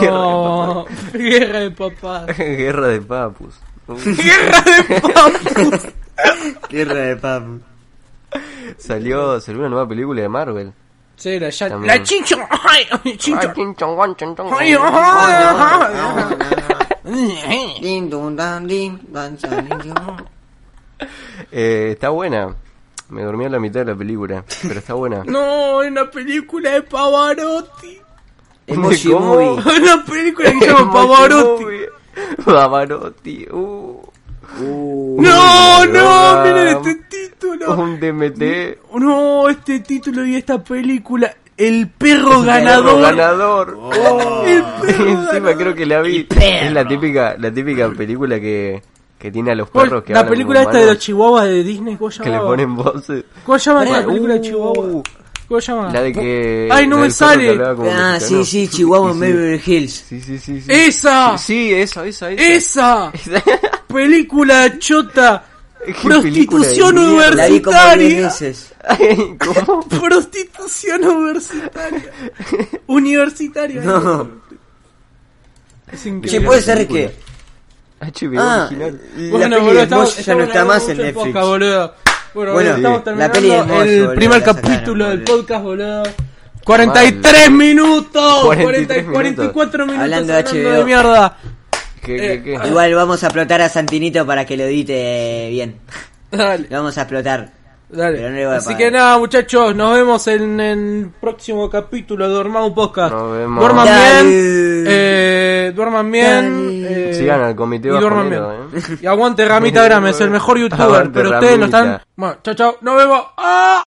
S1: No, guerra de papás.
S2: Guerra de [LAUGHS] papus. Uy,
S1: Guerra de
S2: [LAUGHS]
S1: papás.
S3: Guerra de papás.
S2: salió, salió una nueva película de Marvel.
S1: Sí, la ya.
S2: También.
S1: La chincho. Ay, ay, chincho.
S2: Ah, chin, chon, guan, chon, chon.
S1: Ay,
S2: [LAUGHS]
S1: ay, ay.
S3: Din, dun, dan, din, dan, san, din, dun.
S2: Eh, está buena. Me dormí a la mitad de la película, pero está buena.
S1: [LAUGHS]
S2: [LAUGHS]
S1: No, es una película de Pavarotti.
S3: [LAUGHS] Emoji
S2: ¿Cómo?
S3: movie.
S1: Es una
S2: [LAUGHS]
S1: película que se
S2: Emoji
S1: llama Pavarotti.
S2: movie. Pavarotti. uh.
S3: Uh,
S1: No,
S2: Uy,
S1: no,
S2: droga.
S1: miren este título.
S2: Un DMT.
S1: No, este título y esta película. El perro
S2: Perro
S1: ganador. Oh.
S2: ganador. [LAUGHS]
S1: El perro
S2: Encima
S1: ganador.
S2: creo que la vi. Es la típica, la típica película que, que tiene a los perros que
S1: la
S2: hablan
S1: película
S2: como
S1: esta de los
S2: humanos,
S1: chihuahuas de Disney, ¿cómo se
S2: que le
S1: llamaba?
S2: ponen voces.
S1: ¿Cómo se llama
S2: Bueno,
S1: la película de
S2: uh,
S1: Chihuahua? ¿Cómo se llama?
S2: La de que.
S1: Ay, no
S2: la
S1: me
S2: del perro
S1: sale.
S2: que hablaba como
S3: Ah,
S2: mexicano.
S3: sí, sí, Chihuahua en
S2: Sí, sí.
S3: Beverly Hills.
S2: Sí, sí, sí, sí.
S1: ¡Esa!
S2: Sí, esa, esa, esa.
S1: ¡Esa!
S2: [LAUGHS]
S1: ¡Película chota!
S2: Qué
S1: ¡Prostitución
S2: película de mierda. [LAUGHS]
S3: La vi como 10
S1: universitaria!
S3: veces.
S2: Ay, [LAUGHS] ¿Cómo? [LAUGHS]
S1: ¡Prostitución universitaria! ¡Universitaria!
S3: No.
S1: Es
S3: Che,
S1: increíble.
S3: puede ser que.
S2: HBO
S3: Ah,
S2: original.
S3: la peli de Smosh ya no está
S1: hablando
S3: más
S1: mucho
S3: en
S1: de
S3: Netflix.
S1: podcast, boludo. Bueno,
S3: Bueno,
S1: boludo, estamos
S2: sí.
S1: terminando
S3: la peli de Smosh,
S1: el
S3: boludo,
S1: primer
S3: la sacaron,
S1: capítulo del
S3: boludo.
S1: podcast, boludo. 43 minutos,
S2: 43
S1: 40, 44 minutos
S3: Hablando de
S1: de
S3: HBO.
S1: mierda.
S2: ¿Qué, qué, qué?
S3: Igual vamos a explotar a Santinito para que lo edite bien.
S1: Dale.
S3: Lo vamos a explotar.
S1: Dale.
S3: Pero no le voy a
S1: Así
S3: pagar.
S1: que nada, muchachos, nos vemos en el próximo capítulo de Dormado Podcast.
S2: Nos vemos.
S1: Duerman
S3: Dale.
S1: bien, eh, duerman bien,
S3: Dale.
S1: eh,
S2: Sigan al comité
S1: y duerman
S2: bajonero, [LAUGHS]
S1: bien. Y aguante Ramita Gram, es el mejor youtuber,
S2: Aguante,
S1: pero ustedes no
S2: Ramita.
S1: están. Bueno, chao, chao, nos vemos. ¡Ah!